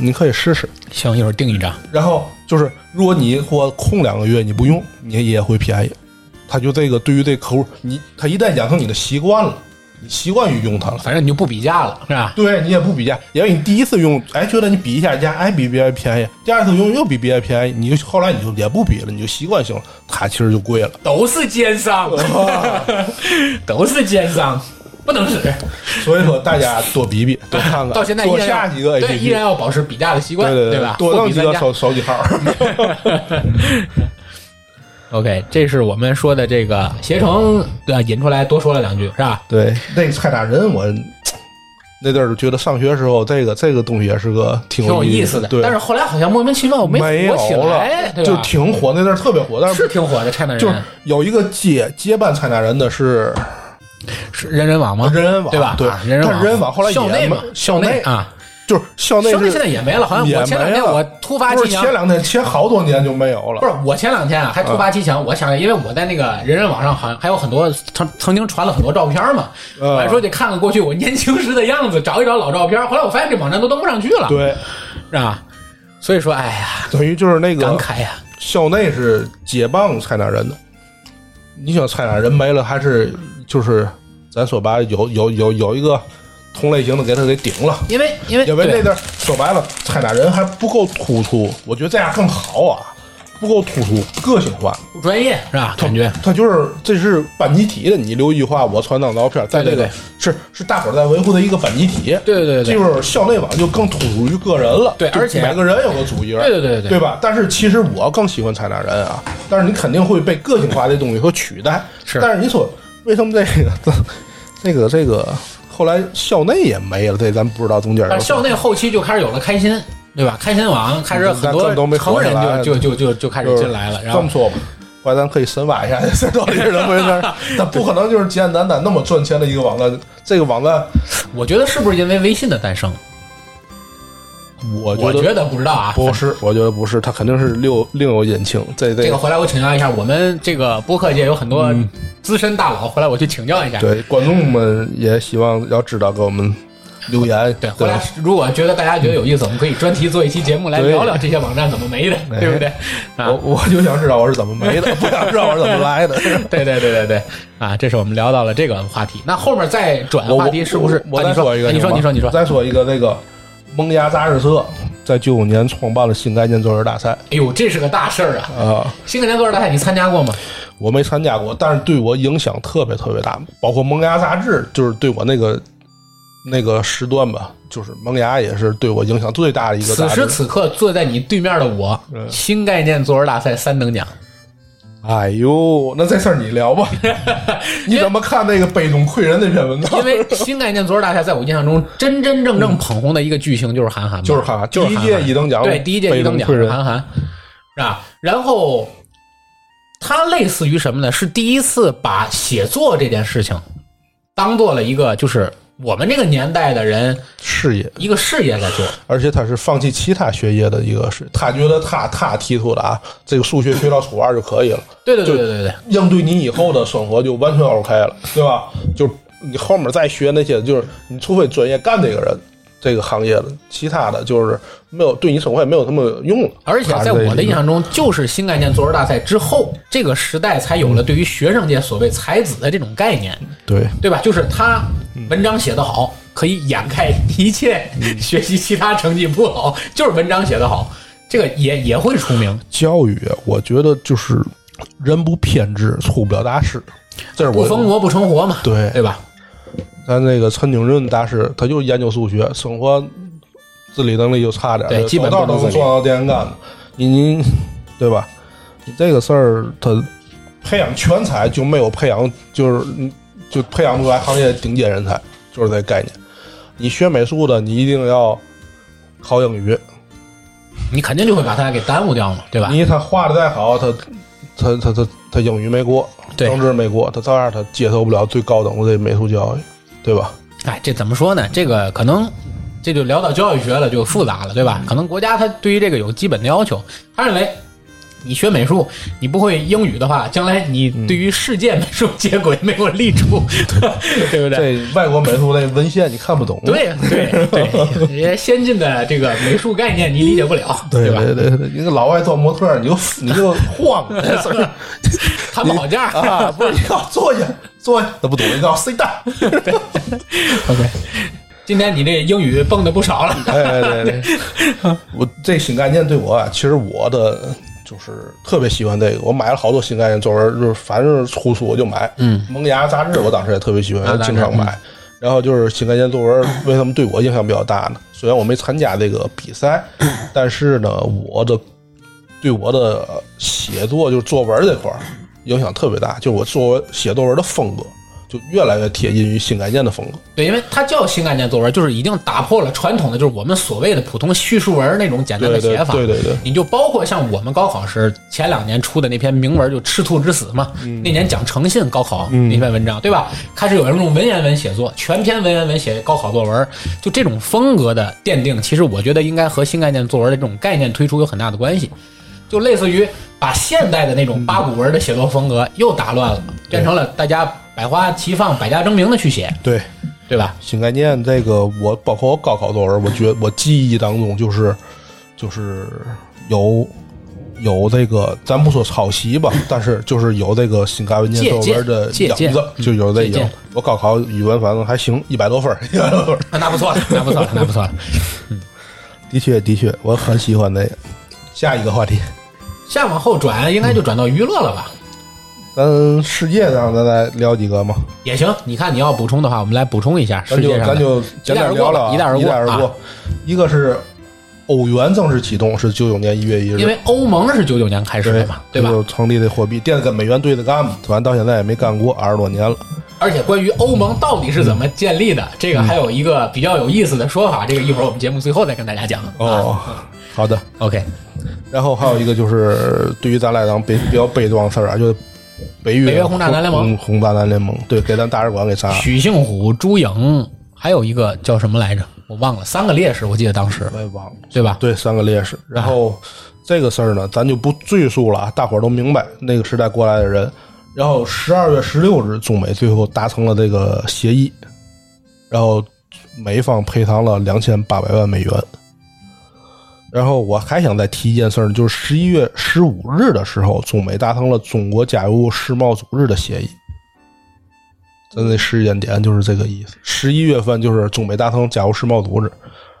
B: 你可以试试。
A: 行，一会儿订一张。
B: 然后就是，如果你或空两个月你不用，你也会便宜。他就这个对于这客户，你他一旦养成你的习惯了，你习惯于用它了，
A: 反正你就不比价了，是吧？
B: 对你也不比价，因为你第一次用，哎，觉得你比一下价，哎，比别人便宜；第二次用又比别人便宜，你就后来你就也不比了，你就习惯性了，它其实就贵了。
A: 都是奸商，都是奸商，不能使。
B: 所以说大家多比比，多看 看，
A: 到现在依
B: 多
A: 然要
B: 下几个 APP，
A: 对，依然要保持比价的习惯，
B: 对对
A: 吧？
B: 多
A: 货
B: 弄
A: 比
B: 几
A: 三
B: 个
A: 家
B: 手手机号。
A: OK，这是我们说的这个携程，对、啊，引出来多说了两句，是吧？
B: 对，那个菜打人我。那阵儿觉得上学时候，这个这个东西也是个挺
A: 挺有意
B: 意
A: 思的，
B: 对，
A: 但是后来好像莫名其妙没
B: 没有
A: 火起来，
B: 了，
A: 对
B: 就
A: 吧？
B: 挺火，那阵儿特别火，但
A: 是
B: 是
A: 挺火的，China
B: 就是
A: 人
B: 有一个接接班蔡纳人的是
A: 是人人网吗？
B: 人人网，
A: 对吧？
B: 对
A: 啊，人人
B: 但
A: 网，
B: 人人网后来也
A: 校内
B: 没
A: 嘛，
B: 校
A: 内
B: 内，
A: 啊，
B: 就是校内
A: 校内
B: 是
A: 现在也没了，好像
B: 也
A: 我前两天
B: 没了
A: 我突发
B: 不
A: 奇
B: 是
A: 想
B: 前。两天，前好多年就没有
A: 不
B: 了。
A: 是我前两天啊，还突发奇想，我想，因为我在那个人人网上好像还有很多曾曾经传了很多照片嘛，
B: 嗯
A: 我还说得看看过去我年轻时的样子，找一找老照片。后来我发现这网站都登不上去了，
B: 对，
A: 是吧？所以说，哎呀，
B: 等于就是那
A: 感
B: 个
A: 慨啊呀、
B: 校内是解放蔡纳人的。你想蔡纳人没了，还是就是咱说白了，有有有有一个同类型的给他给顶了。
A: 因为因为
B: 因为那
A: 对
B: 阵儿说白了，蔡纳人还不够突出，我觉得这样更好啊，不够突出，个性化。
A: 不专业是吧？感觉
B: 他就是这是班集体的，你留一句话，我传张照片，在这
A: 对对
B: 个
A: 对
B: 是是大伙儿在维护的一个班集体。
A: 对对对对
B: 这就是校内网就更突出于个人了。
A: 对
B: 就
A: 而且
B: 每个人有个主角。
A: 对对对对
B: 对，吧？但是其实我更喜欢采纳人啊，但是你肯定会被个性化这东西所取代。
A: 是
B: 但是你说为什么这个这个这个后来校内也没了？这咱不知道中间有
A: 但是校内后期就开始有了开心，对吧？开心网开始很
B: 咱
A: 多
B: 嗯咱都没
A: 成
B: 活下
A: 人
B: 来
A: 就就就就就开始
B: 就是
A: 进来了，然
B: 这
A: 后
B: 么说吧，后来咱可以深挖一下这事儿到底是怎么回 事儿。它不可能就是简简单单那么赚钱的一个网站，这个网站
A: 我觉得是不是因为微信的诞生？
B: 我觉
A: 我
B: 得。
A: 觉得不知道啊，
B: 不是，我觉得不是，它肯定是另有另有隐情。这
A: 这
B: 这
A: 个回来我请教一下，我们这个播客界有很多
B: 嗯
A: 资深大佬，回来我去请教一下。
B: 对观众们也希望要知道，给我们留言，
A: 对，回
B: 对
A: 来
B: 吧
A: 如果觉得大家觉得有意思，我们可以专题做一期节目来
B: 对哎
A: 聊聊这些网站怎么没的，对不对？啊
B: 我，我就想知道我是怎么没的，不 想知道我是怎么来的。是吧
A: 对对对对对，啊，这是我们聊到了这个话题。那后面再转
B: 我
A: 话题是不是？
B: 我我
A: 啊
B: 再
A: 你说
B: 一个，
A: 哎你说，
B: 行吗
A: 你说，你说
B: 我。再说一个那个萌芽杂志社在九五年创办了新概念作文大赛
A: 哎呦，这是个大事儿啊！
B: 啊、
A: 新概念作文大赛你参加过吗？
B: 我没参加过，但是对我影响特别特别大，包括萌芽杂志，就是对我那个那个时段吧，就是萌芽也是对我影响最大的一个
A: 此
B: 杂
A: 时
B: 志。
A: 此刻坐在你对面的我，
B: 嗯
A: 新概念作文大赛三 等奖。
B: 哎呦，那这事儿你聊 吧，你怎么看那个北冢愧人那篇文章
A: 因？为新概念足球大赛在我印象中真真正正捧红的一个巨星就是韩寒嘛，
B: 嗯就是啊韩寒
A: 就是韩寒
B: 第一届一等奖
A: 对，第一届一等奖啊
B: 北冢贵人
A: 韩寒，是吧？然后他类似于什么呢？是第一次把写作这件事情当做了一个就是我们这个年代的人
B: 事业，
A: 一个事业在做，
B: 而且他是放弃其他学业的一个事，他觉得他他提出的啊，这个数学学到初二就可以了，
A: 对对对对对对，
B: 应对你以后的生活就完全 OK 了，对吧？就是你后面再学那些，就是你除非专业干这个人这个行业的，其他的就是没有对你生活也没有什么用了。
A: 而且在我的印象中，就是新概念作文大赛之后，这个时代才有了对于学生界所谓才子的这种概念，
B: 对
A: 对吧？就是他文章写得好，可以掩盖一切学习其他成绩不好， 就是文章写得好，这个也也会出名。
B: 教育，我觉得就是人不偏执，出不了大师。这是
A: 不
B: 我
A: 疯魔不成活嘛，
B: 对
A: 对吧？
B: 咱那个陈景润大师，他就研究数学，生活自理能力就差点儿，
A: 对
B: 就
A: 基本
B: 走道
A: 不能自
B: 都能
A: 理
B: 撞到电线杆子。你你对吧？你这个事儿，他培养全才就没有培养，就是就培养不出来行业顶尖人才，就是这概念。你学美术的，你一定要好英语，
A: 你肯定就会把它给耽误掉嘛，对吧？
B: 你他画的再好，他他他他他英语没过，
A: 对
B: 政治没过，他照样他接受不了最高等的这美术教育，对吧？
A: 哎，这怎么说呢？这个可能这就聊到教育学了，就复杂了，对吧？可能国家它对于这个有基本的要求，他认为。你学美术，你不会英语的话，将来你
B: 嗯
A: 对于世界美术 接轨没有立处， 对不对？
B: 这外国美术那文献你看不懂，
A: 对对对，这些先进的这个美术概念你理解不了，
B: 对
A: 吧？
B: 对对对，你个老外做模特儿，你就你就 晃，这事儿
A: 谈不好价儿
B: 啊，不是你要坐下坐下，他不懂，你要 sit down。
A: OK，今 天你这英语蹦的不少 了，
B: 哎对对对， 我这新概念对我啊，其实我的就是特别喜欢这个，我买了好多新概念作文，就是凡是出书我就买。嗯，萌芽杂志我当时也特别喜
A: 啊
B: 欢，
A: 杂志
B: 经常买。然后就是新概念作文，为什么对我影响比较大呢？虽然我没参加这个比赛，但是呢，我的对我的写作就是作文这块儿影响特别大，就是我作文写作文的风格就越来越贴近于新概念的风格。
A: 对，因为它叫新概念作文，就是已经打破了传统的，就是我们所谓的普通叙述文那种简单的
B: 对对
A: 写法。
B: 对对对
A: 你就包括像我们高考时前两年出的那篇名文，就《赤兔之死》嘛，那年讲诚信高考那篇文章，对吧？开始有人用文言文写作，全篇文言文写高考作文，就这种风格的奠定，其实我觉得应该和新概念作文的这种概念推出有很大的关系。就类似于把现代的那种八股文的写作风格又打乱了，变成了大家百花齐放、百家争鸣的去写，
B: 对，
A: 对吧？
B: 新概念这个，我包括我高考作文，我觉得我记忆当中就是就是有有这个，咱不说抄袭吧，但是就是有这个新概念作文的
A: 借鉴
B: 影子，
A: 借鉴
B: 就有这影
A: 借
B: 子
A: 鉴。
B: 我高考语文反正还行，一百多分儿，一百多分儿。
A: 啊，那不错了， 那不错了，那不错了。
B: 的确，的确，我很喜欢那个。 下一个话题，
A: 再往后转，应该就转到娱乐了吧？
B: 咱世界上咱来聊几个嘛，
A: 也行，你看你要补充的话，我们来补充一下世
B: 咱就
A: 界上
B: 咱
A: 的。
B: 就简单聊聊啊，
A: 一带而过
B: 一带而
A: 啊
B: 过。一个是欧元正式启动，是九九年一月一日，
A: 因为欧盟是九九年开始的嘛，对吧？
B: 就成立的货币，惦着跟美元对着干嘛，反正到现在也没干过二十多年了。
A: 而且关于欧盟到底是怎么建立的，这
B: 嗯
A: 个还有一个比较有意思的说法，这个一会儿我们节目最后再跟大家讲。
B: 哦，好的。
A: OK，
B: 然后还有一个就是，对于咱来讲比比较悲壮的事儿啊，就是北约
A: 北约轰炸南联盟
B: 轰轰炸南联盟，对，给咱大使馆给炸了。
A: 许杏虎、朱颖，还有一个叫什么来着？我忘了，三个烈士，我记得当时，
B: 我也忘了。
A: 对吧？
B: 对，三个烈士。然后这个事儿呢，咱就不赘述了，啊，大伙儿都明白那个时代过来的人。然后十二月十六日，中美最后达成了这个协议，然后美方赔偿了两千八百万美元。然后我还想再提一件事儿，就是十一月十五日的时候，中美达成了中国加入世贸组织的协议。咱那时间点就是这个意思。十一月份就是中美达成加入世贸组织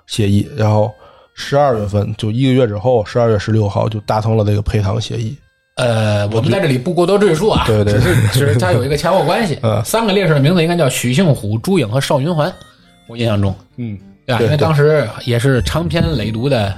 B: 协议，然后十二月份就一个月之后，十二月十六号就达成了这个赔偿协议。
A: 呃，我们在这里不过多赘述啊，
B: 对对
A: 只是只是它有一个前后关系。
B: 嗯
A: 三个烈士的名字应该叫许幸虎、朱颖和邵云环，我印象中，
B: 嗯，
A: 对吧？
B: 对
A: 因为
B: 对
A: 当时也是长篇累牍的，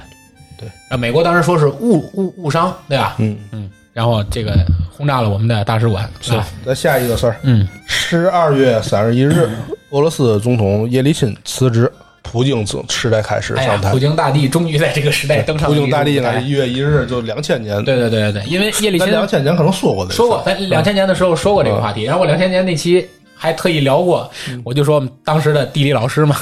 B: 对
A: 啊，美国当时说是误误误伤，对吧？
B: 嗯
A: 嗯，然后这个轰炸了我们的大使馆，啊是吧？
B: 咱啊下一个事儿，
A: 嗯，
B: 十二月三十一日，俄罗斯总统叶利钦辞职，普京自时代开始
A: 哎呀
B: 上，台
A: 普。京大帝终于在这个时代登上
B: 普
A: 了
B: 京大帝
A: 历史舞
B: 呢，
A: 台
B: 一月一日就两千年，
A: 对对对对对，因为叶利
B: 咱
A: 钦
B: 两千年可能说过这个事儿
A: 说过，咱两千年的时候说过这
B: 嗯
A: 个话题，然后我两千年那期还特意聊过，我就说我们当时的地理老师嘛，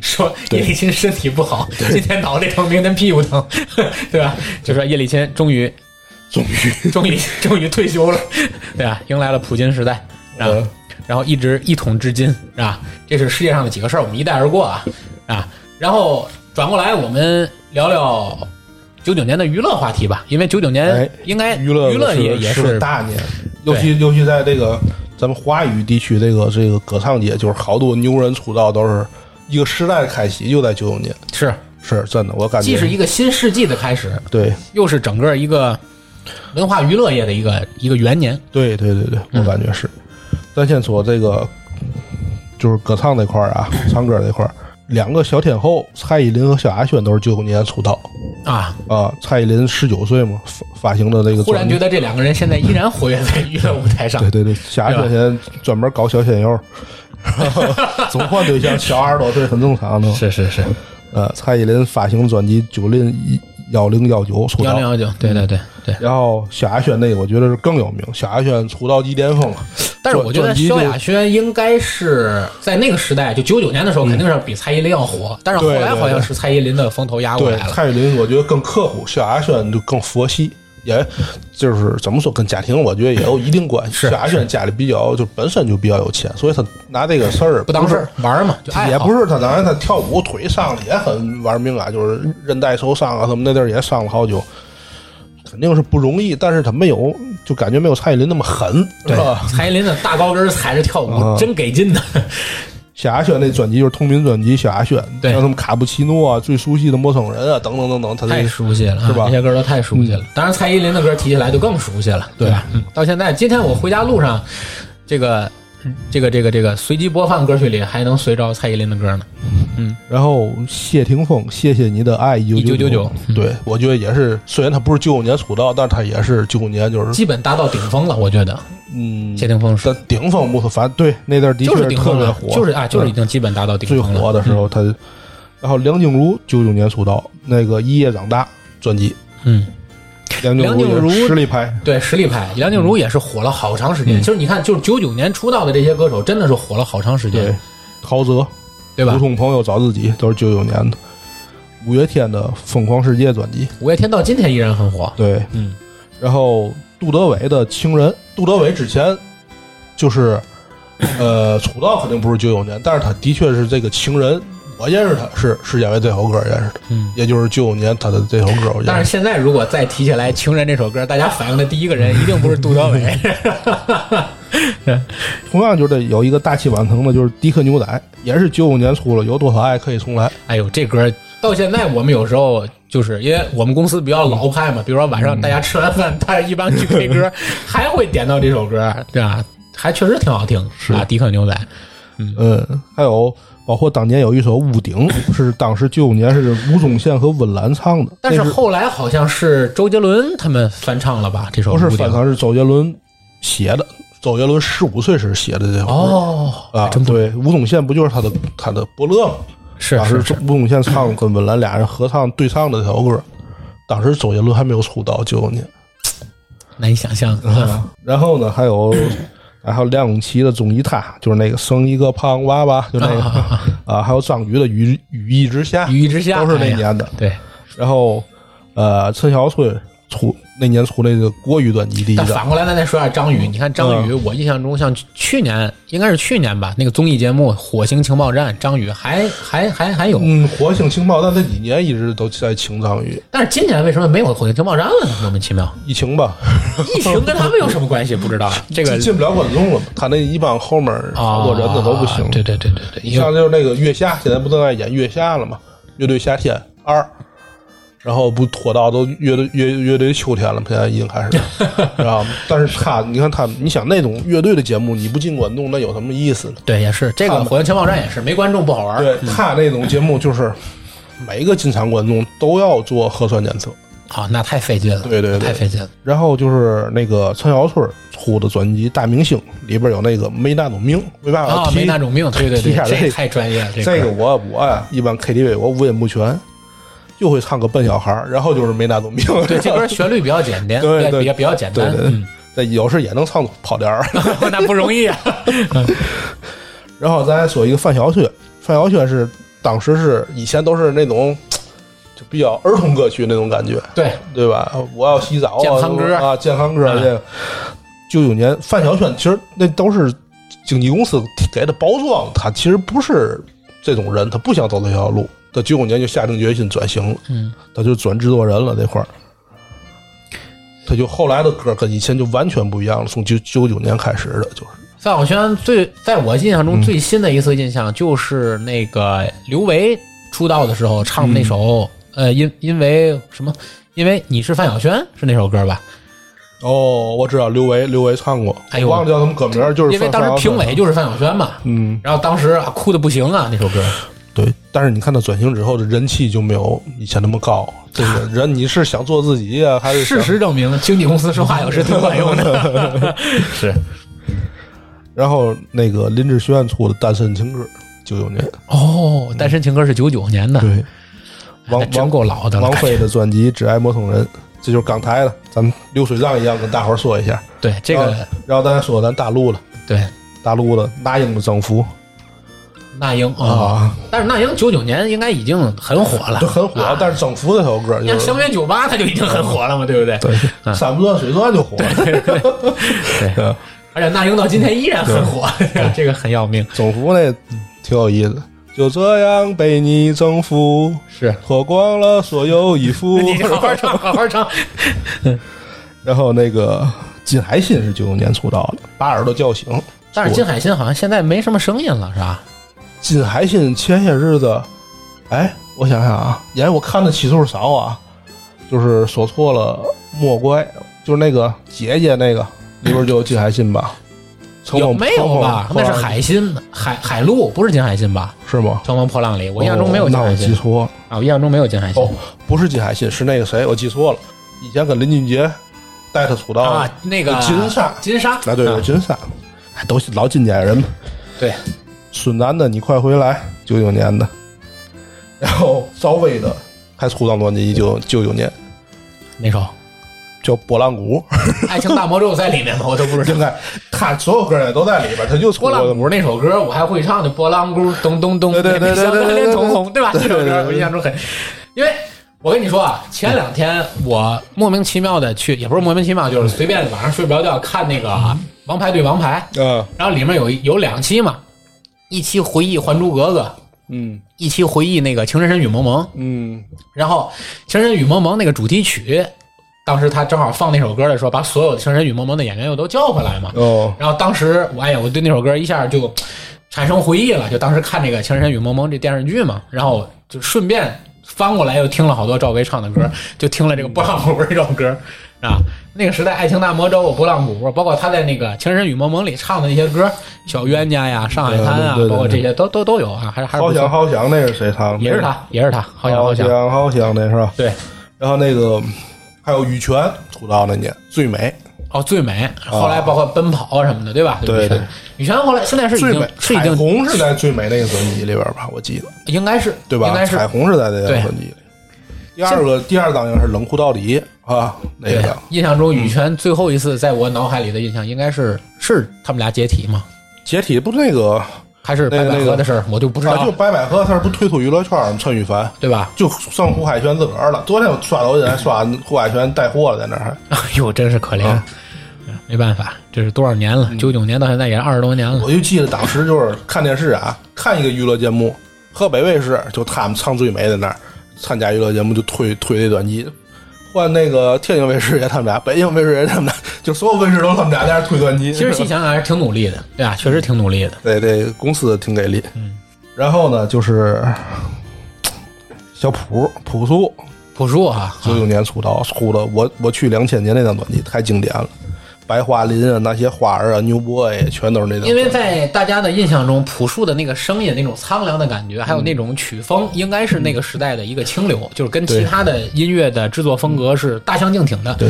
A: 说叶利钦身体不好，今天脑袋疼，明天屁股疼， 对吧？就说叶利钦终于
B: 终于，
A: 终于终于退休了， 对吧？迎来了普京时代，啊，
B: 嗯
A: 然后一直一统至今，是吧？这是世界上的几个事儿，我们一带而过啊，啊，然后转过来我们聊聊。九九年的娱乐话题吧，因为九九年
B: 哎
A: 应该
B: 娱乐
A: 啊娱乐也
B: 是
A: 也
B: 是个大年，尤
A: 对
B: 其尤其在这个咱们华语地区，这个这个歌唱界，就是好多牛人出道都是一个时代的开启，就在九九年，
A: 是
B: 是真的，我感
A: 既是
B: 觉
A: 一个新世纪的开始，
B: 对
A: 又是整个一个文化娱乐业的一个一个元年。
B: 对对对对，
A: 嗯
B: 我感觉是。咱先说这个，就是歌唱这块儿啊，唱歌这块儿，两个小天后蔡依林和萧亚轩都是九九年出道
A: 啊！
B: 啊。蔡依林十九岁嘛，发发行的这个
A: 忽然
B: 专辑
A: 觉得这两个人现在依然活跃在娱乐舞台上
B: 对，对对，夏亚轩现在专门搞小鲜肉，然后 总换对象，小二十多岁很正常的。
A: 是是是，
B: 呃，蔡依林发行专辑《九零一幺零幺九》出
A: 幺零
B: 道，
A: 幺九，对对对对。
B: 然后萧亚轩那个我觉得是更有名，萧亚轩出道即巅峰啊了。
A: 但是我觉得
B: 专辑就
A: 萧亚轩应该是在那个时代，就九九年的时候，肯定是比蔡依林要火。但是后来
B: 对对
A: 好像是蔡依林的风头压过
B: 对，
A: 来了。
B: 蔡依林我觉得更刻苦，萧亚轩就更佛系，也就是怎么说，跟家庭我觉得也有一定关系。
A: 是
B: 萧亚轩家里比较就本身就比较有钱，所以他拿这个事儿
A: 不当
B: 是
A: 事儿玩儿嘛，就爱
B: 也
A: 好
B: 不是他，当然他跳舞腿伤了也很玩命啊，就是韧带受伤啊什么那地儿也伤了好久，肯定是不容易。但是他没有，就感觉没有蔡依林那么狠，
A: 对
B: 是吧？
A: 蔡依林的大高跟儿踩着跳舞，
B: 啊
A: 真给劲的。
B: 萧亚轩那专辑就是同名专辑，萧亚轩
A: 对
B: 像什么卡布奇诺啊、最熟悉的陌生人啊等等等等，他这
A: 太
B: 个
A: 熟悉了啊，
B: 是吧
A: 这
B: 嗯
A: 些歌都太熟悉了。当然，蔡依林的歌提起来就更熟悉了，对吧？嗯，到现在，今天我回家路上，这个、这个、这个、这个随机播放歌曲里还能随着蔡依林的歌呢。
B: 然后谢霆锋，谢谢你的爱，一九
A: 1999
B: 对我觉得也是，虽然他不是九五年出道，但他也是九五年，就是
A: 基本达到顶峰了，我觉得
B: 嗯，
A: 谢霆锋是
B: 但顶峰不是，反正对那阵儿的
A: 就
B: 确
A: 是
B: 是
A: 顶
B: 特
A: 峰
B: 别
A: 了
B: 火，，
A: 就是啊，嗯就是
B: 嗯
A: 已经基本达到顶
B: 最
A: 峰了。
B: 火的时候，他，然后梁静茹九九年出道，那个《一夜长大》专辑，
A: 嗯，
B: 梁静
A: 梁静茹
B: 茹也是实力派，
A: 对，实力派梁静茹也是火了好长时间。就是你看，就是九九年出道的这些歌手，真的是火了好长时
B: 对
A: 间，，
B: 陶喆，
A: 对吧
B: 无？痛朋友找自己都是九九年的，五月天的《疯狂世界》专辑，
A: 五月天到今天依然很火。
B: 对，
A: 嗯，
B: 然后杜德伟的《情人》，杜德伟之前就是，呃，出道肯定不是九九年，但是他的确是这个《情人》，我认识他是是因为这首歌认识的，
A: 嗯，
B: 也就是九九年他的这首歌我认识，
A: 但是现在如果再提起来《情人》这首歌，大家反应的第一个人一定不是杜德伟。
B: 同样就是有一个大器晚成的，就是迪克牛仔，也是九五年出了，有多少爱可以重来。
A: 哎呦，这歌到现在我们有时候就是因为我们公司比较老派嘛，比如说晚上大家吃完饭，大家一般去 K 歌，还会点到这首歌，对吧？还确实挺好听，是吧？迪克牛仔，
B: 嗯，还有包括当年有一首《屋顶》，是当时九五年是吴宗宪和温岚唱的，
A: 但是
B: 那
A: 后来好像是周杰伦他们翻唱了吧？这首
B: 不是
A: 屋顶
B: 翻唱是周杰伦写的，周杰伦十五岁时写的这首歌。
A: 哦，
B: 啊，
A: 真不
B: 对，吴宗宪不就是他的他的伯乐吗？
A: 是
B: 当
A: 是
B: 时吴宗宪唱跟温岚俩人合唱对唱的这首歌，当时周杰伦还没有出道，九五年。
A: 难以想象。
B: 然后呢，还有还有梁咏琪的《中意他》，就是那个生一个胖娃娃，就那 个
A: 啊
B: 啊，还有张宇的《雨雨一之下》，
A: 雨之下
B: 都是
A: 哎
B: 那
A: 呀
B: 年的。
A: 对，
B: 然后呃，陈小春出那年出来的国羽短击第一嗯
A: 但
B: 的，
A: 反过来，咱再说下张宇。你看张宇，我印象中像去年，应该是去年吧，那个综艺节目《火星情报站》，张宇还还还还有。
B: 嗯，火星情报，但这几年一直都在请张宇，
A: 但是今年为什么没有《火星情报站》了呢？莫名其妙，
B: 疫情吧，
A: 疫情跟他们有什么关系？不知 道这个
B: 进不了观众了嘛，他那一帮后面好
A: 啊，
B: 多人的都不行。
A: 对对对对对，
B: 你像就是那个月下，现在不正在演月下了吗？乐队夏天二，然后不拖到都乐队乐乐队秋天了，现在已经开 始了，知道吗？但是他，你看他，你想那种乐队的节目，你不进观众，那有什么意思呢？
A: 对也是这个《火星情报站》也是没观众不好玩
B: 对他那种节目，就是每一个进场观众都要做核酸检测，
A: 啊，那太费劲了，
B: 对对对
A: 太费劲了。
B: 然后就是那个陈小春出的专辑《大明星》，里边有那个没那种命，没办法
A: 啊，
B: 提
A: 没那种命，对对
B: 提
A: 对
B: 一，下
A: 这
B: 这
A: 太专业了，这
B: 这
A: 歌
B: 个我我呀，一般 KTV 我五音不全，就会唱个笨小孩儿，然后就是没那种命。
A: 对这歌旋律比较简单，
B: 对对
A: 比较比较简
B: 对
A: 单，
B: 对对，这有时也能唱跑调儿。
A: 嗯 那不容易啊。
B: 然后咱再说一个范晓萱，范晓萱是当时是以前都是那种就比较儿童歌曲那种感觉，
A: 对，
B: 对吧？我要洗澡啊，
A: 健康歌
B: 啊，健康歌
A: 嗯
B: 这个。九九年范晓萱其实那都是经纪公司给的包装，她其实不是这种人，她不想走这条路。她九九年就下定决心转型了，
A: 嗯，
B: 她就转制作人了这块儿。她就后来的歌跟以前就完全不一样了，从九九九年开始的就是。
A: 范晓萱最在我印象中最新的一次印象就是那个刘维出道的时候唱的那首，呃，因因为什么？因为你是范晓萱是那首歌吧？
B: 哦，我知道刘维，刘维唱过，
A: 哎呦
B: 忘了叫什么歌名儿，就是
A: 因为
B: 范
A: 当时
B: 范晓
A: 评
B: 萱
A: 委就是范晓萱嘛，
B: 嗯，
A: 然后当时啊哭的不行啊那首歌，
B: 对，但是你看他转型之后的人气就没有以前那么高。这 个人你是想做自己呀、还是想
A: 事？实证明经纪公司说话有时挺管用 的，是
B: 然后那个林志炫出的《单身情歌》，九九 年，
A: 哦，《单身情歌》是九九年的，
B: 对，王
A: 那真
B: 王
A: 够老的了，
B: 王
A: 感觉
B: 菲的专辑《只爱陌生人》，这就是港台的，咱们流水账一样跟大伙儿说一下。
A: 对这个
B: 然后咱说咱大陆了，
A: 对
B: 大陆的那英的征服
A: 那英啊，
B: 啊，
A: 但是那英九九年应该已经很火了，
B: 就很火，
A: 啊
B: 但是征服这首歌
A: 像
B: 就
A: 《
B: 是
A: 相约酒吧》，它就已经很火了嘛，对不嗯对？
B: 对，山不转水转就火了。
A: 对，而且那英到今天依然很火， 这个很要命。
B: 征服那挺有意思，就这样被你征服，
A: 是，
B: 脱光了所有衣服。
A: 你好好唱，好好唱。
B: 然后那个金海心是九九年出道的，《把耳朵叫醒》。
A: 但是金海心好像现在没什么声音了，是吧？
B: 金海心前些日子，哎，我想想啊，演我看的期数少啊，就是说错了，莫怪，就是那个姐姐那个里边就有金海心吧？乘
A: 有
B: 风
A: 没有吧？
B: 乘风
A: 那是
B: 破浪
A: 海心，海海陆，不是金海心吧？
B: 是吗？
A: 《乘风破浪》里，我印象中没有
B: 哦
A: 金
B: 那我
A: 海
B: 记
A: 心
B: 错了。
A: 啊，我印象中没有金海心
B: 哦，不是金海心，是那个谁，我记错了。以前跟林俊杰带他出道的
A: 啊，那个
B: 金莎
A: 金莎，
B: 啊，对对，
A: 啊
B: 金莎，哎都是老金家人嘛。
A: 对，
B: 孙楠的《你快回来》，九九年的，然后赵薇的还出张专辑，九九九年
A: 那首
B: 叫《拨浪鼓
A: 《 爱情大魔咒》在里面吗？我都不》，知
B: 现
A: 道。
B: 在他所有歌也都在里边，他就出
A: 拨
B: 过
A: 浪鼓那首歌我还会唱的，拨浪鼓咚咚咚，
B: 对对对对
A: 香
B: 对
A: 港
B: 对
A: 连
B: 对
A: 同红，对吧？
B: 对
A: 这
B: 对
A: 首
B: 对
A: 歌
B: 对
A: 我印象中很，因为我跟你说啊，前两天我莫名其妙的去，也不是莫名其妙，就是随便晚上睡不着觉看那个
B: 嗯
A: 《王牌对王牌》，
B: 啊，
A: 然后里面有一有两期嘛，一期回忆《还珠格格》，
B: 嗯
A: 一期回忆那个《情深深雨蒙蒙》，
B: 嗯，
A: 然后《情深雨蒙蒙》那个主题曲，当时他正好放那首歌的时候，把所有《情深雨蒙蒙》的演员又都叫回来嘛。
B: 哦，
A: 然后当时我哎呀，我对那首歌一下就产生回忆了，就当时看这个《情深深雨蒙蒙》这电视剧嘛，然后就顺便翻过来又听了好多赵薇唱的歌，就听了这个《拨浪鼓》 这首歌啊。那个时代，《爱情大魔咒》《拨浪鼓》，包括他在那个《情深深雨蒙蒙》里唱的那些歌，《小冤家》呀，《上海滩》啊
B: 对对对，对
A: 包括这些都都都有啊，还是还是
B: 好
A: 不
B: 想
A: 错，
B: 好想，那是谁唱的？
A: 也是，他，也是他，好想
B: 好
A: 好想，
B: 想好想，那是吧？
A: 对，
B: 然后那个还有羽泉出道那年《最美》，
A: 哦，最美，后来包括奔跑啊什么的，对吧？
B: 对
A: 羽泉
B: 对，
A: 羽泉后来现在是已
B: 最美
A: 经是已
B: 彩
A: 经
B: 虹是在最美那个专辑里边吧？我记得
A: 应该是
B: 对吧？
A: 应该是
B: 彩虹是在那张专辑里。第二个第二档应该是冷酷到底啊，那
A: 对
B: 个，
A: 印象中羽泉最后一次在我脑海里的印象应该是是他们俩解体嘛？
B: 解体不是那个
A: 还是白百合的事儿，我就不知道
B: 啊，就
A: 了，
B: 白百合，他是不是退出娱乐圈儿吗？陈羽凡
A: 对吧？
B: 就剩胡海泉自个儿了。昨天我刷抖音还刷胡海泉带货了，在那儿还。
A: 哎呦，真是可怜
B: 啊，嗯
A: 没办法，这是多少年了？九九年到现在也二十多年 了。
B: 我就记得当时就是看电视啊，看一个娱乐节目，河北卫视就他们唱最美在那儿参加娱乐节目就推推这专辑，换那个天津卫视也他们俩，北京卫视也他们俩，就所有卫视都他们俩在那儿推专辑。
A: 其实细想想还是挺努力的，对吧？确实挺努力的。
B: 对对，公司挺给力。然后呢，就是小朴朴树，
A: 朴树啊，
B: 九九年出道，出的我我去两千年那张专辑太经典了，《白桦林》啊，那些花儿啊，New Boy 啊全都是那张。
A: 因为在大家的印象中，朴树的那个声音、那种苍凉的感觉，还有那种曲风，应该是那个时代的一个清流，就是跟其
B: 对
A: 他的音乐的制作风格是大相径庭的。
B: 对，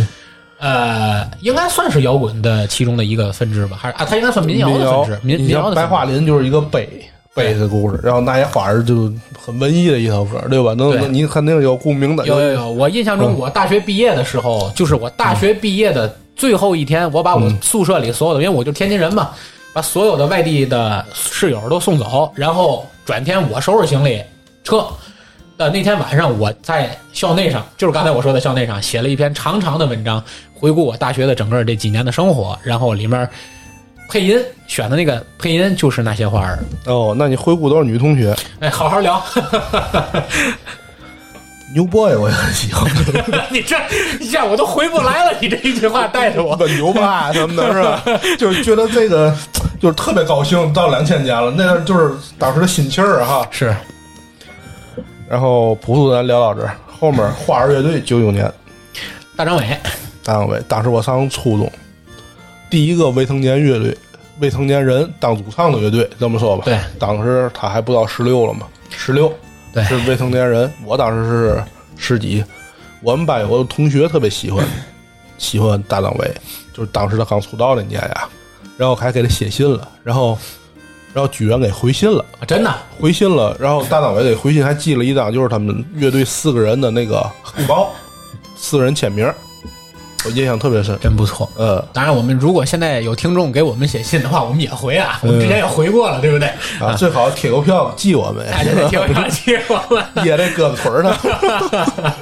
A: 呃，应该算是摇滚的其中的一个分支吧，还是啊，它应该算民
B: 民
A: 谣的
B: 谣
A: 分支，，民
B: 你
A: 民谣
B: 像
A: 的
B: 白
A: 分支。
B: 桦林就是一个悲悲的故事，然后那些花儿就很文艺的一首歌，对吧？能
A: 对
B: 能你肯定有共鸣的。
A: 有嗯有有，我印象中，我大学毕业的时候，就是我大学毕业的最后一天，我把我宿舍里所有的，因为我就天津人嘛，把所有的外地的室友都送走，然后转天我收拾行李撤。呃，那天晚上我在校内上，就是刚才我说的校内上，写了一篇长长的文章，回顾我大学的整个这几年的生活，然后里面配音选的那个配音就是那些花儿，
B: 哦，那你回顾都是女同学
A: 哎，好好聊。
B: ，New Boy 我也很喜 欢，
A: 你这一下我都回不来了，你这一句话带着我。
B: 很牛吧什么的，是 吧？就是觉得这个就是特别高兴，到两千年了，那段就是当时的心气儿哈。
A: 是，
B: 然后朴素咱聊到这儿，后面花儿乐队九九年
A: 大张伟，
B: 单位，当时我上初中，第一个未成年乐队，未成年人当主唱的乐队，这么说吧。
A: 对，
B: 当时他还不到十六了嘛，十六
A: 对
B: 是未成年人，我当时是十几。我们班有个同学特别喜欢，喜欢大张伟，就是当时他刚出道那年呀，然后还给他写信了，然后，然后居然给回信了，
A: 啊真的
B: 回信了，然后大张伟给回信还寄了一张就是他们乐队四个人的那个海报，四个人签名，我印象特别深。
A: 真不错。
B: 呃，
A: 当然，我们如果现在有听众给我们写信的话，我们也回啊。
B: 嗯
A: 我们之前也回过了，对不 对？
B: 啊，最好铁邮票寄我们，
A: 大家在听上去，我们
B: 掖在胳膊腿儿 上。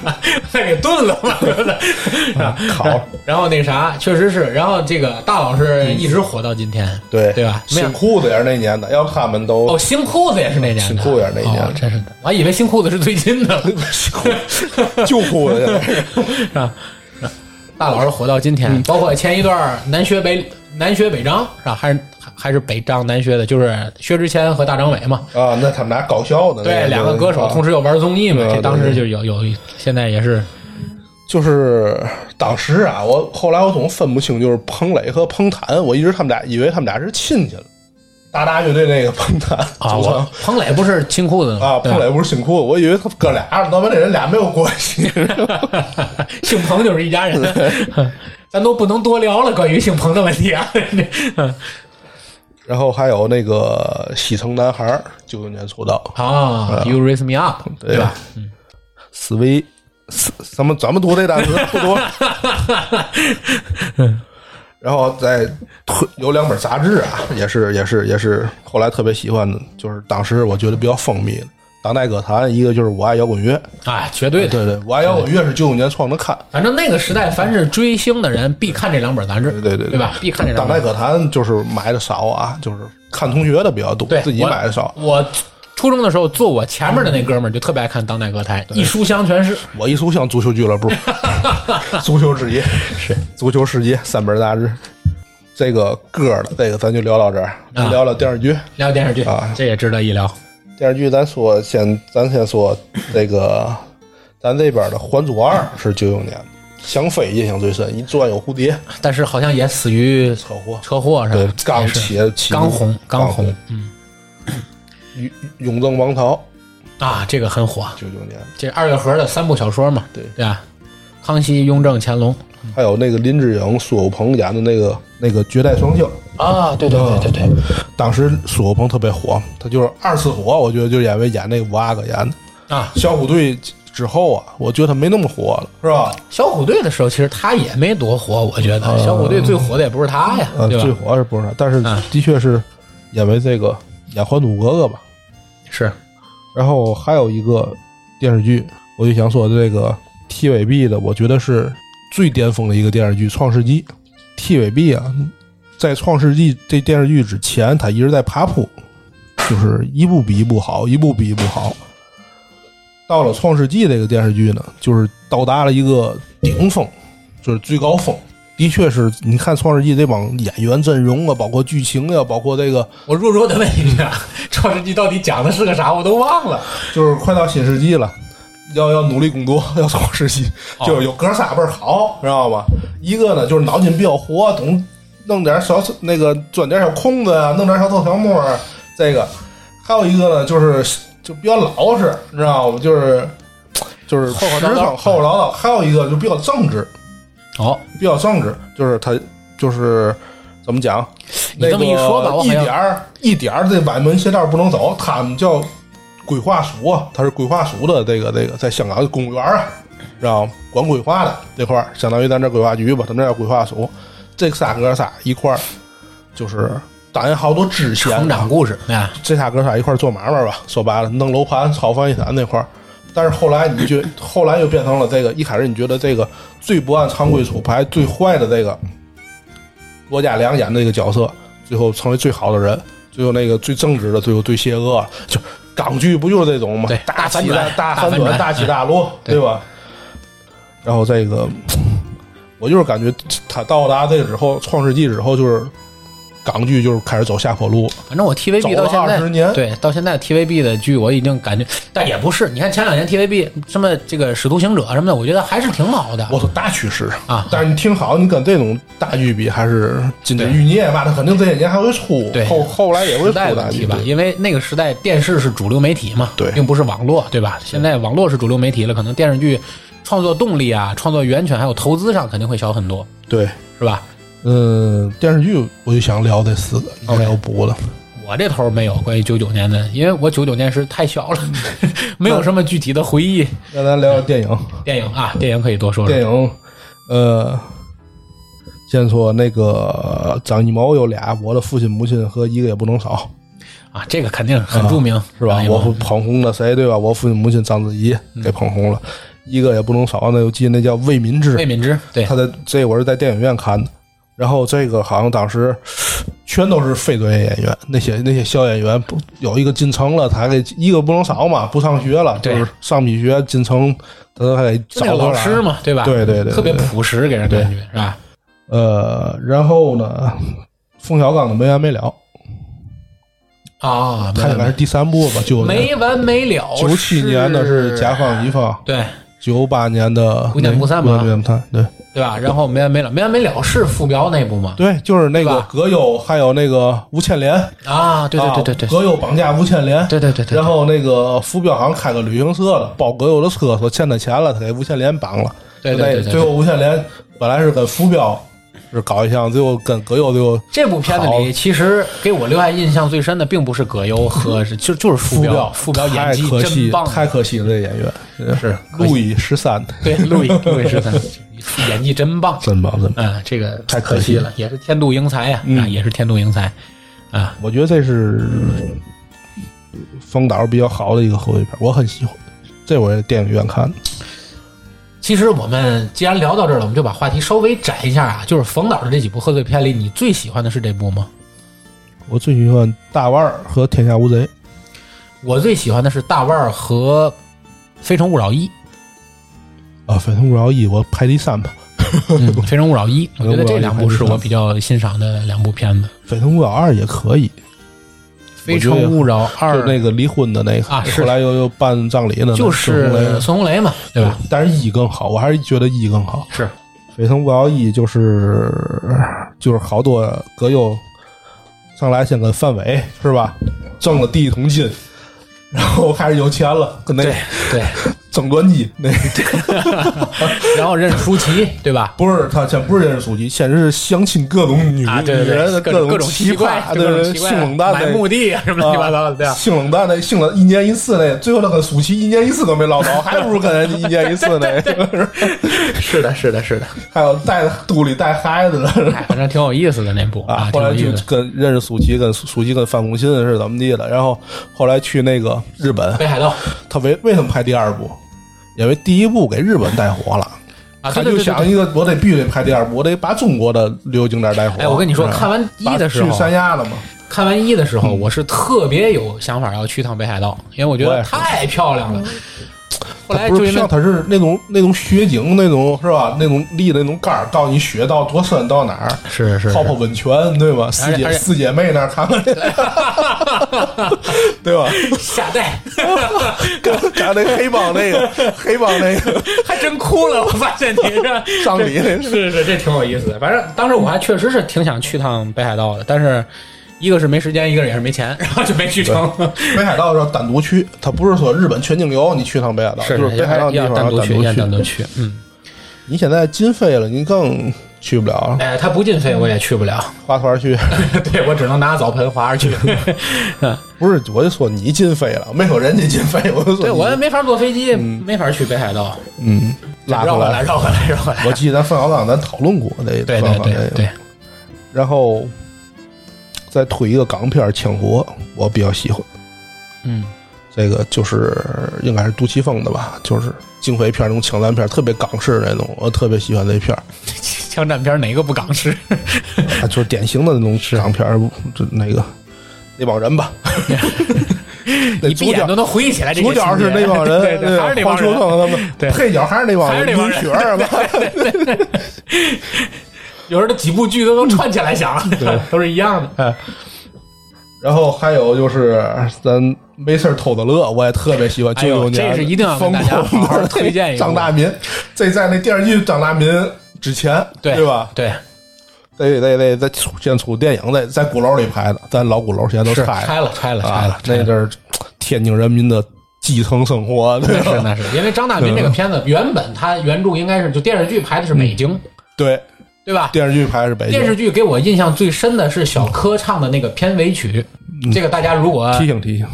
A: 再给炖了吧，对不对？
B: 嗯
A: 是吧
B: 好，
A: 然后那个啥，确实是，然后这个大老师一直火到今天，
B: 对
A: 对吧？没有
B: 新裤子也是那年的，要他们都
A: 哦，新裤子也是那年的，
B: 新裤子也是那年的
A: 哦真是的，我还以为新裤子是最近 的，
B: 旧裤 子现在。
A: 是吧？嗯大老师活到今天，包括前一段儿南薛北南薛北张是吧？还是还还是北张南薛的，就是薛之谦和大张伟嘛。
B: 啊，那他们俩搞笑的，那
A: 对，两个歌手同
B: 时
A: 时又玩综艺嘛，
B: 对
A: 这当时
B: 对
A: 就有有，现在也是
B: 就是当时啊，我后来我总分不清，就是彭磊和彭坦，我一直他们俩以为他们俩是亲戚了。达达乐队那个彭坦
A: 啊，
B: 主唱
A: 我彭磊不是新裤子的吗
B: 啊，
A: 对
B: 彭磊不是新裤子，我以为他哥俩，他妈这人俩没有关系。
A: 吧 姓彭就是一家人，咱都不能多聊了关于姓彭的问 题啊。
B: 然后还有那个西城男孩，九九年出道，
A: 啊，You raise me up，对吧？？
B: 思维，思怎么怎么读这单词不读。嗯 然后再推有两本杂志啊，也是也是也是后来特别喜欢的，就是当时我觉得比较风靡的《当代歌坛》，一个就是《我爱摇滚乐》，
A: 哎，绝对的。
B: 对对，《我爱摇滚乐》是九九年创的刊，
A: 反正那个时代，凡是追星的人必看这两本杂志，
B: 对对对
A: 对吧？必看这两
B: 当
A: 本
B: 代。歌坛就是买的少啊，就是看同学的比较多
A: 对，，
B: 自己
A: 我
B: 买的少。
A: 我初中的时候坐我前面的那哥们儿就特别爱看当代歌台，一书香全是。
B: 我一书像足球俱 乐部，足球之夜是足球世界三本杂志。这个歌儿的，这个咱就聊到这儿，
A: 啊
B: 聊聊电视剧。
A: 聊电视剧
B: 啊，
A: 这也值得一聊。
B: 电视剧咱说先，咱先说这个，咱这边的《还珠二》是九九年的，香妃印象最深，一转有蝴蝶，
A: 但是好像也死于
B: 车祸，
A: 车祸是
B: 对
A: 吧？，
B: 刚
A: 也是
B: 起起
A: 刚红，刚红
B: 红，雍雍正王朝
A: 啊，这个很火。
B: 九九年，
A: 这二月河的三部小说嘛，
B: 对
A: 对吧？康熙、雍正、乾隆
B: 还有那个林志颖、苏有朋演的那个那个《绝代双骄》，
A: 啊，对对对对对
B: 当时苏有朋特别火，他就是二次火，我觉得就是因为演那个五阿哥演的
A: 啊。
B: 《小虎队》之后啊，我觉得他没那么火了，是吧？
A: 小虎队的时候，其实他也没多火，我觉啊得小虎队最火的也不是他呀，
B: 呃，
A: 对
B: 最
A: 吧？
B: 火是不是？但是
A: 嗯
B: 的确是因为这个演《还赌格格》吧。
A: 是
B: 然后还有一个电视剧，我就想说这个 TVB 的，我觉得是最巅峰的一个电视剧《创世纪》。TVB 啊，在《创世纪》这电视剧之前，它一直在爬坡，就是一步比一步好，一步比一步好。到了《创世纪》这个电视剧呢，就是到达了一个顶峰，就是最高峰。的确是你看《创世纪》这帮演员阵容啊，包括剧情啊，包括这个
A: 我弱弱的问一下，《创世纪》到底讲的是个啥？我都忘了。
B: 就是快到新世纪了，要要努力工作， 要创世纪，
A: 哦
B: 就有哥仨倍儿好，知道吧？一个呢就是脑筋比较活，懂弄点小那个钻点小空子啊，弄点小偷小摸啊，这个；还有一个呢就是就比较老实，你知道吗？就是就是
A: 厚厚
B: 实
A: 道道
B: 诚厚厚道道；还有一个就比较正直，
A: 哦，
B: 比较正直，就是他就是怎么讲？
A: 你这么一说吧
B: 那个
A: 我好
B: 一
A: 像
B: 点儿一点儿这歪门邪道不能走，他们叫规划署啊，他是规划署的这个这个在香港的公务员啊，知道吗管规划的这块儿，相当于咱这规划局吧，他们这叫规划署，这仨哥仨一块儿就是当然好多支线啊
A: 成长故事，哎，
B: 这仨哥仨一块儿做买卖吧，说白了，弄楼盘、炒房地产那块儿。但是后来你觉， 后来又变成了这个，一开始你觉得这个最不按常规出牌、最坏的这个罗家良演的这个角色，最后成为最好的人，最后那个最正直的，最后最邪恶，就港剧不就是这种吗
A: 对？
B: 大起
A: 大反转大
B: 大大
A: 反转
B: 转、大起大落，
A: 对
B: 对吧？然后这个，我就是感觉他到达这个之后，《创世纪》之后，就是港剧就是开始走下坡路，
A: 反正我
B: 走
A: TVB
B: 了
A: 到现
B: 二
A: 在
B: 十年。
A: 对，到现在 TVB 的剧我已经感觉，但也不是。你看前两年 TVB 什么这个《使徒行者》什么的，我觉得还是挺好的。
B: 我说大趋势
A: 啊
B: 但是你听好，你跟这种大剧比，还是金枝玉孽吧？它肯定这些年还会出
A: 对，
B: 后后来也会
A: 时
B: 出
A: 代
B: 大
A: 问
B: 剧
A: 题吧，因为那个时代电视是主流媒体嘛，
B: 对
A: 并不是网络，对吧？现在网络是主流媒体了，可能电视剧创作动力啊、创作源泉还有投资上肯定会小很多，
B: 对，
A: 是吧？
B: 嗯，电视剧我就想聊这四个，你还有补的？
A: 我这头没有关于九九年的，因为我九九年时太小了， 没有什么具体的回忆。
B: 那咱聊聊 电影，
A: 电影啊，电影可以多说说。
B: 电影，呃，先说那个张艺谋有俩，我的父亲母亲和一个也不能少，
A: 啊，这个肯定很著名，
B: 是吧
A: 张？艺谋
B: 啊我捧红了谁，对吧？我父亲母亲章子怡给捧红了，一个也不能少。那我记得那叫魏敏之，
A: 魏敏之，对，
B: 他的这我是在电影院看的，然后这个好像当时全都是非专业演员，那些那些小演员不有一个进城了，他还给一个不能少嘛，不上学了，
A: 对
B: 就是上米学进城，他还给
A: 就
B: 找
A: 那个
B: 回
A: 老
B: 来
A: 师嘛，对吧？
B: 对对对对
A: 特别朴实，给人感觉是吧？
B: 呃，然后呢，冯小刚的没完没了，
A: 啊，
B: 他应该是第三部吧，就
A: 没完没了。
B: 九七年的是甲方乙方，
A: 对
B: 九八年的
A: 姑娘不散嘛
B: 姑娘不散对
A: 对吧？然后没完没了，没完没了是傅彪那部吗？
B: 对，就是那
A: 是
B: 个
A: 吧
B: 葛优，还有那个吴倩莲，
A: 啊，对对对对对
B: 啊葛优绑架吴倩莲，
A: 对对对对，
B: 然后那个呃浮标好像开个旅行社的，包葛优的车，说欠他钱了，他给吴倩莲绑了。
A: 对对对对
B: 最后吴倩莲本来是跟浮标是搞一项，最后跟葛优最后
A: 这部片子里，其实给我留下印象最深的，并不是葛优 和是就就是傅彪，傅彪演技
B: 太可惜
A: 真棒，
B: 太可惜了，这演员是
A: 可惜
B: 路易十三，
A: 对路易路易十三演技真棒，
B: 真棒真棒。
A: 嗯，这个
B: 太
A: 可
B: 可惜嗯
A: 了，也是天妒英才呀，啊，也是天妒英才啊，
B: 我觉得这是冯导比较好的一个合集片，我很喜欢。这我也电影院看的，
A: 其实我们既然聊到这儿了，我们就把话题稍微窄一下啊，就是冯导的这几部贺岁片里，你最喜欢的是这部吗？
B: 我最喜欢《大腕儿》和《天下无贼》。
A: 我最喜欢的是《大腕儿》和《非诚勿扰 一》。
B: 啊，《非诚勿扰一》我排第三吧，
A: 嗯，《非诚勿扰一》，我觉得这两部
B: 非
A: 是
B: 诚勿扰一
A: 我比较欣赏的两部片子，《
B: 《非诚勿扰二》也可以，
A: 非诚勿扰二
B: 就》那个离婚的那个
A: 啊是
B: 后来又又办葬礼呢，
A: 就是孙红雷嘛，对吧？？
B: 但是一更好，我还是觉得一更好。
A: 是，
B: 《非诚勿扰一》就是就是好多葛优上来先跟范伟 是吧，挣了第一桶金，然后开始有钱了，跟 那
A: 对对，
B: 整专辑那
A: 然后认识舒淇，对吧？
B: 不是他，先不是认识苏琪，先是相亲各种女、
A: 啊，对对
B: 女人
A: 对，
B: 的
A: 各种各
B: 种
A: 种
B: 奇
A: 奇
B: 葩，
A: 各
B: 对
A: 种
B: 对，
A: 奇怪，啊
B: 性冷淡
A: 买墓
B: 的。
A: 地 啊什么乱七八糟的，对啊。
B: 性冷淡的，性冷一年一次的，最后他跟舒淇一年一次都没唠着，还不如跟人家一年一次 呢。
A: 是的，是的，是的，
B: 还有带肚里带孩子的
A: 哎，反正挺有意思的那部
B: 啊，
A: 挺
B: 后
A: 有
B: 来
A: 意
B: 就
A: 思的。
B: 跟认识舒淇，跟舒舒淇跟范公信是怎么地的，然后后来去那个日本，
A: 北海道
B: 他为为什么拍第二部？因为第一部给日本带火了，
A: 啊，
B: 他
A: 对对
B: 就
A: 对对
B: 想一个，我得必须得拍第二部，我得把中国的旅游景点带火。
A: 哎，我跟你说，
B: 是吧
A: 看完一的时
B: 把
A: 候啊
B: 啊去，三亚了嘛，
A: 看完一的时候，我是特别有想法要去趟北海道，因为我觉
B: 我
A: 得
B: 也是
A: 太漂亮了。后来
B: 它不
A: 就是因为
B: 像它是那种那种雪景那种是吧？那种立的那种杆儿，告诉你雪到多深到哪儿，
A: 是是
B: 泡泡温泉对吧？四
A: 而
B: 姐
A: 且
B: 四姐妹那儿看看，对吧？
A: 下代
B: 跟跟那黑帮那个黑帮那个
A: 还真哭了，我发现你是
B: 上礼那是
A: 是是，这挺有意思的。反正当时我还确实是挺想去趟北海道的，但是一个是没时间，一个也是没钱，然后就没去成。
B: 北海道要单独去，它不是说日本全境游你去趟北海道，
A: 是
B: 就是北海道地
A: 要
B: 方
A: 单独
B: 独
A: 去，要单独去。嗯，
B: 你现在禁飞了，你更去不了，
A: 哎，他不进飞我也去不了，
B: 花团去。
A: 对我只能拿澡盆滑着去。嗯
B: 不是，我就说你禁飞了，没说人家禁飞，我就说
A: 对
B: 你
A: 我也没法坐飞机，没法去北海道。
B: 嗯拉
A: 绕
B: 回
A: 回来，
B: 来。
A: 绕回来，绕回来。
B: 我记得咱冯小刚咱讨论过这
A: 对
B: 冯
A: 对
B: 小刚这
A: 对
B: 个
A: 对，
B: 哎然后再推一个港片儿《枪火》，我比较喜欢。
A: 嗯，
B: 这个就是应该是杜琪峰的吧，就是警匪片儿那种枪战片儿，特别港式那种，我特别喜欢这片儿，
A: 枪战片哪个不港式？
B: 啊就是典型的那种港片儿，就那个那 帮人吧，那
A: 你闭
B: 主
A: 眼
B: 角
A: 都能回忆起来这些
B: 主
A: 情节。
B: 角是那帮人， 哎
A: 对对，还是那帮
B: 黄秋
A: 人。
B: 生他们，
A: 对
B: 配角还是那帮
A: 还是
B: 人，
A: 那帮人
B: 女雪儿吧，
A: 有时候这几部剧都能串起来想， 都是一样的。
B: 然后还有就是咱没事儿偷着乐，我也特别喜欢
A: 哎
B: 九
A: 呦
B: 九年的，
A: 这是一定要跟
B: 疯
A: 大家
B: 狂
A: 好好推荐一部
B: 张大民，这在那电视剧张大民之前，
A: 对
B: 吧？
A: 对，
B: 得得得得出先出电影，在在鼓楼里拍的，咱老鼓楼现在都
A: 是
B: 拆
A: 拆了，拆了，拆
B: 啊
A: 了，。
B: 那阵儿天津人民的基层 生活，对
A: 那是
B: 吧？
A: 那是，因为张大民这个片子原本他原著应该是就电视剧拍的是北
B: 嗯
A: 京，
B: 对，
A: 对吧？
B: 电视剧拍的是北京
A: 电，视剧给我印象最深的是小柯唱的那个片尾曲，
B: 嗯
A: 这个大家如果
B: 提醒提醒，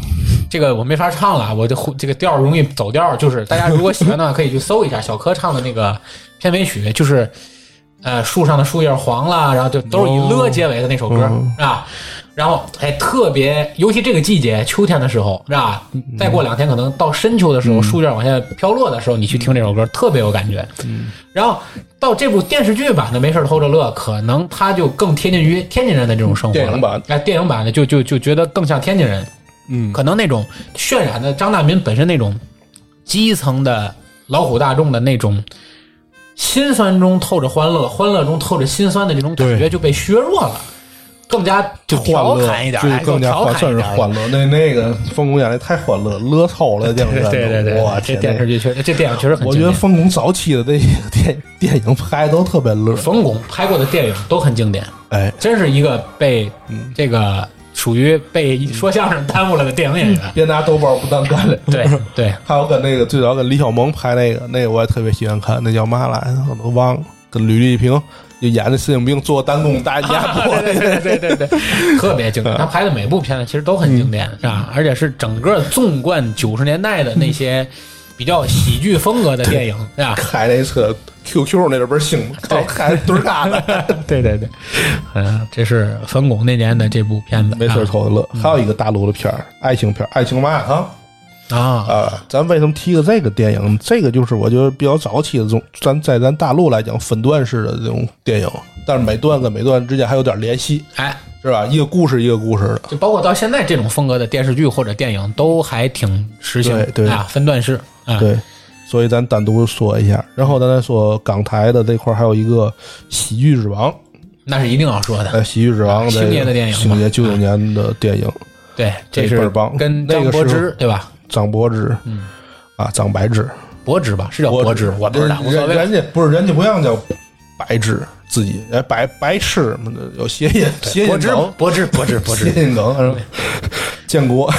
A: 这个我没法唱了，我这这个调儿容易走调儿。就是大家如果喜欢的话，可以去搜一下小柯唱的那个片尾曲，就是呃树上的树叶黄了，然后就都是以了结尾的那首歌、
B: 嗯
A: 是吧？然后哎，特别尤其这个季节，秋天的时候是吧？再过两天可能到深秋的时候，树叶往下飘落的时候，你去听这首歌，特别有感觉。然后到这部电视剧版的《没事偷着乐》，可能它就更贴近于天津人的这种生活了。
B: 电影版
A: 哎，电影版的就就就觉得更像天津人。
B: 嗯，
A: 可能那种渲染的张大民本身那种基层的老虎大众的那种辛酸中透着欢乐，欢乐中透着辛酸的这种感觉
B: 对
A: 就被削弱了，更加就
B: 欢
A: 调
B: 乐
A: 侃一点，
B: 就
A: 哎
B: 更加
A: 调
B: 欢，
A: 侃
B: 算
A: 一
B: 是
A: 点。
B: 欢乐。那那个风公演那太欢乐，乐透了，电影
A: 对
B: 院，
A: 对对对
B: 我，
A: 这
B: 天，
A: 电视剧确实，这电影确实很
B: 我
A: 经
B: 觉得
A: 典。
B: 冯巩早期的这些电电影拍都特别乐，
A: 冯巩拍过的电影都很经典，
B: 哎，
A: 真是一个被
B: 嗯
A: 这个属于被说相声耽误了的电影演 员。
B: 别拿豆包不当干粮。
A: 对对，
B: 还有跟那个最早跟李小萌拍那个，那个我也特别喜欢看，那叫嘛来着？我都忘了。跟吕丽萍就演的神经病做弹弓打压迫
A: 啊
B: 嗯
A: 对对对对对对，特别经典。他拍的每部片子其实都很经典，是吧？而且是整个纵贯九十年代的那些比较喜剧风格的电影，啊是 吧？
B: 开那车 QQ 那边行，靠开墩儿大的，
A: 对对对，嗯，这是冯巩那年的这部片子，
B: 没事
A: 啊
B: 儿偷着乐。还有一个大陆的片儿，爱情片儿，《爱情麻辣烫》
A: 啊，
B: 啊。咱为什么提个这个电影？这个就是我觉得比较早期的这种，咱在咱大陆来讲分段式的这种电影，但是每段跟每段之间还有点联系，
A: 哎，
B: 是吧？一个故事一个故事的。
A: 就包括到现在这种风格的电视剧或者电影都还挺实行
B: 对对
A: 啊，分段式啊，
B: 对，所以咱单独说一下。然后咱再说港台的这块，还有一个《喜剧之王》，
A: 那是一定要说的。
B: 呃，《喜剧之王》这个
A: 星爷啊的电影嘛
B: 星爷九九年的电影，
A: 对，这
B: 这倍
A: 是
B: 儿棒
A: 跟
B: 那
A: 张
B: 个
A: 柏
B: 是
A: 芝对吧？
B: 张柏芝，嗯，啊，张柏芝，
A: 柏芝吧，是叫柏芝，我不知道，无所谓。
B: 人人家不是人家不让叫白芝，自己哎白白痴嘛，有谐音谐
A: 柏
B: 音
A: 芝
B: 梗，，
A: 柏芝，柏芝，柏芝
B: 谐。音梗，是吧建国。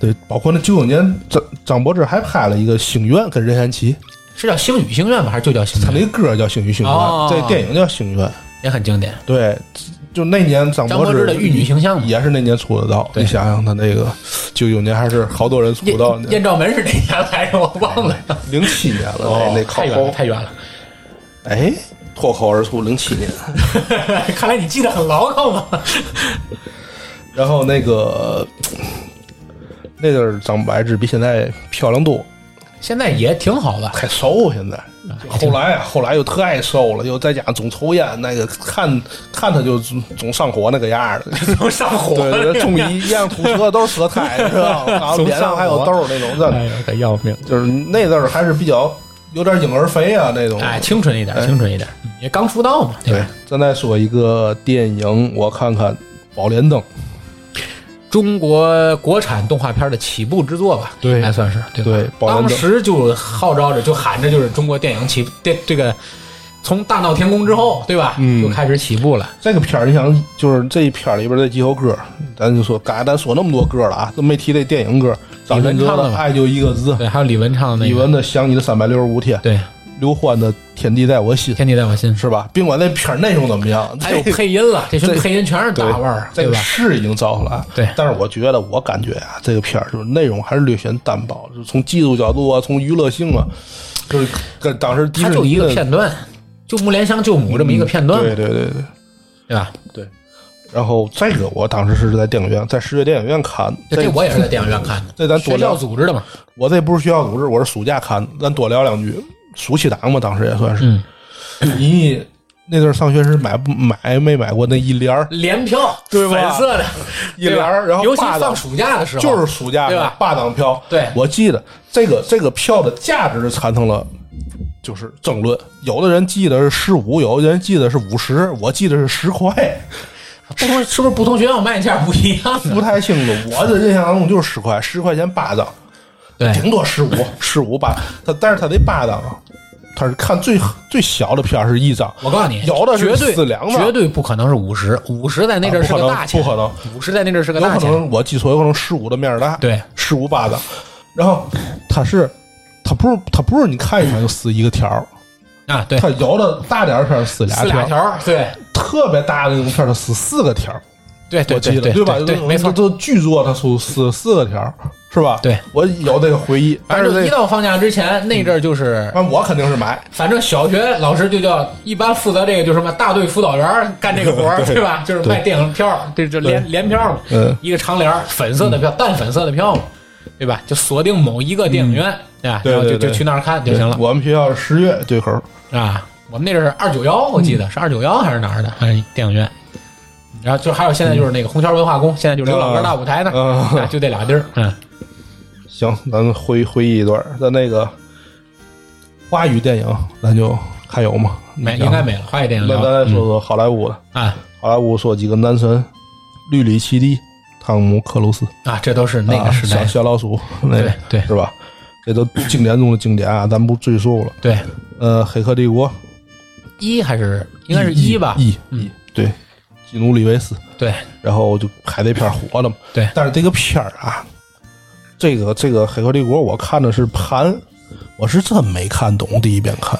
B: 对，包括那九九年张张柏芝还拍了一个《星愿》跟任贤齐，
A: 是叫《星语星愿》吗？还是就叫《星
B: 他那
A: 愿》？
B: 个歌叫《星语星愿》，
A: 哦
B: 这电影叫《星愿》。
A: 也很经典。
B: 对，就那年张
A: 张柏芝
B: 芝
A: 的玉女形象嘛
B: 也是那年出的道。
A: 对
B: 你想想，他那个九九年还是好 多人出
A: 艳
B: 道，
A: 艳照门是哪年来着？我忘了。
B: 零七年了，哦那那靠
A: 哦太远
B: 后
A: 了，，太远了。
B: 哎，
C: 脱口而出零七年，
A: 看来你记得很牢靠嘛。
B: 然后那个那阵儿张柏芝比现在漂亮多，
A: 现在也挺好的，
B: 太瘦啊现在。
A: 嗯
B: 就后来啊，后来又特爱瘦了，又在家总抽烟，那个看看他就总总上火那个样儿的，
A: 能上火
B: 对对，对中医一样吐舌都是 舌苔，是吧？然后脸上还有痘儿那种，真的
A: 哎呦，可要命！
B: 就是那阵儿还是比较有点婴儿肥啊那种。
A: 哎，清纯一点，清纯一点，也刚出道嘛，对
B: 哎对
A: 吧？，
B: 咱再说一个电影，我看看《宝莲灯》。
A: 中国国产动画片的起步之作吧，
B: 对
A: 还算是对吧
B: 对宝莲灯
A: 当时就号召着，就喊着，就是中国电影起这这个从《大闹天宫》之后，对吧？
B: 嗯
A: 就开始起步了。
B: 这个片儿，你想，就是这一片儿里边的几首歌，咱就说，刚才咱说那么多歌了啊，都没提这电影歌。张信
A: 李玟
B: 哲
A: 唱的
B: 的《
A: 吧
B: 爱就一个字》，
A: 对，还有李玟唱的那
B: 李
A: 个，
B: 玟的《想你的三百六十五天》，
A: 对，
B: 刘欢的《天地在我心
A: 《天地在我心》，
B: 是吧？甭管那片儿内容怎么样，
A: 还有配音了，这群
B: 这
A: 配音全是大
B: 对
A: 腕儿，
B: 这
A: 哎对
B: 个
A: 吧？
B: 是已经造出来了。
A: 对
B: 但是我觉得，我感觉啊，这个片儿就是内容还是略显单薄，就是从技术角度啊，从娱乐性啊，就是跟当时迪
A: 它
B: 士
A: 就
B: 尼
A: 一
B: 的
A: 个片段，就木莲香救母这么一个片段，
B: 嗯对对对对。
A: 对吧？
B: 然后这个我当时是在电影院，在十月电影院看，
A: 这这我也是在电影院 看的，
B: 这咱多
A: 学
B: 聊
A: 校组织的嘛。
B: 我这不是学校组织，我是暑假看的，咱多聊两句。暑期档嘛，当时也算是。
A: 嗯
B: 你那阵儿上学时买不买没买过那一帘儿
A: 联票，
B: 对吧
A: 粉色的
B: 一
A: 对
B: 帘
A: 吧
B: 儿，然后
A: 尤其
B: 霸档
A: 放暑假的时候，
B: 就是暑假
A: 对
B: 的
A: 吧
B: 霸档票。
A: 对
B: 我记得这个这个票的价值产生了就是争论，有的人记得是十五，有的人记得是五十，我记得是十块，
A: 不同是不是不同学校卖价不一样？
B: 不太清楚。我的印象当中就是十块，十块钱八张，
A: 对
B: 顶多十五，
A: 哎
B: 十五八。他但是他那八张啊，他是看最最小的票是一张，
A: 我告诉你，
B: 有的是
A: 绝对
B: 四两的
A: 绝对不可能是五十，五十在那阵儿是
B: 啊不
A: 个
B: 可能
A: 大钱，
B: 不可能，
A: 五十在那阵儿是个
B: 有
A: 大
B: 可
A: 钱，
B: 能我记错，有可能十五的面儿大，
A: 对，
B: 十五八的。然后它是，它不是，它不是你看一眼就撕一个条儿，
A: 啊，对，
B: 它有的大点儿片儿撕俩
A: 撕
B: 条
A: 俩
B: 儿，
A: 条儿，对
B: 特别大的那种片儿它撕四个条儿，
A: 对
B: 我
A: 对
B: 记
A: 对
B: 得
A: 对
B: 吧？
A: 对，没错
B: 这。都巨作它出撕四个条儿是吧？
A: 对，
B: 我有这个回忆，
A: 反
B: 但是
A: 正一
B: 这
A: 到放假之
B: 嗯
A: 前那阵儿就是
B: 反正我肯定是买，
A: 反正小学老师就叫一般负责这个就是什么大队辅导员儿干这个活 儿，对吧？就是卖电影票儿，这就联联票儿嘛，
B: 嗯
A: 一个长联儿粉色的票，淡粉色的票嘛，对吧？就锁定某一个电影院，对吧？
B: 嗯对
A: 然后就
B: 对对
A: 就去那儿看就行了
B: 对我们学校十月对口嗯儿，
A: 啊。我们那阵是二九幺，我记得是二九幺还是哪儿的，还是电影院。然后就还有现在就是那个红桥文化宫，现在就是刘老根大舞台那儿，
B: 嗯
A: 啊就这俩地儿，嗯，
B: 行，咱回回忆一段儿，咱那个华语电影，咱就还有吗？
A: 没应该没嗯了，华语电影
B: 那
A: 聊
B: 咱再说说好莱坞的，
A: 啊
B: 好莱坞说几个男神，绿里奇蒂、汤姆克鲁斯，
A: 啊，这都是那
B: 啊
A: 个时代
B: 小，小老鼠，那个
A: 对对
B: 是吧？这都经典中的经典啊，咱不赘述了。
A: 对
B: 呃，《黑客帝国》
A: 一还是应该是一吧，嗯
B: 一一对，基努里维斯，
A: 对
B: 然后就拍这片儿火了嘛。
A: 对
B: 但是这个片儿啊，这个这个《黑客帝国》，我看的是盘，我是真没看懂，第一遍看。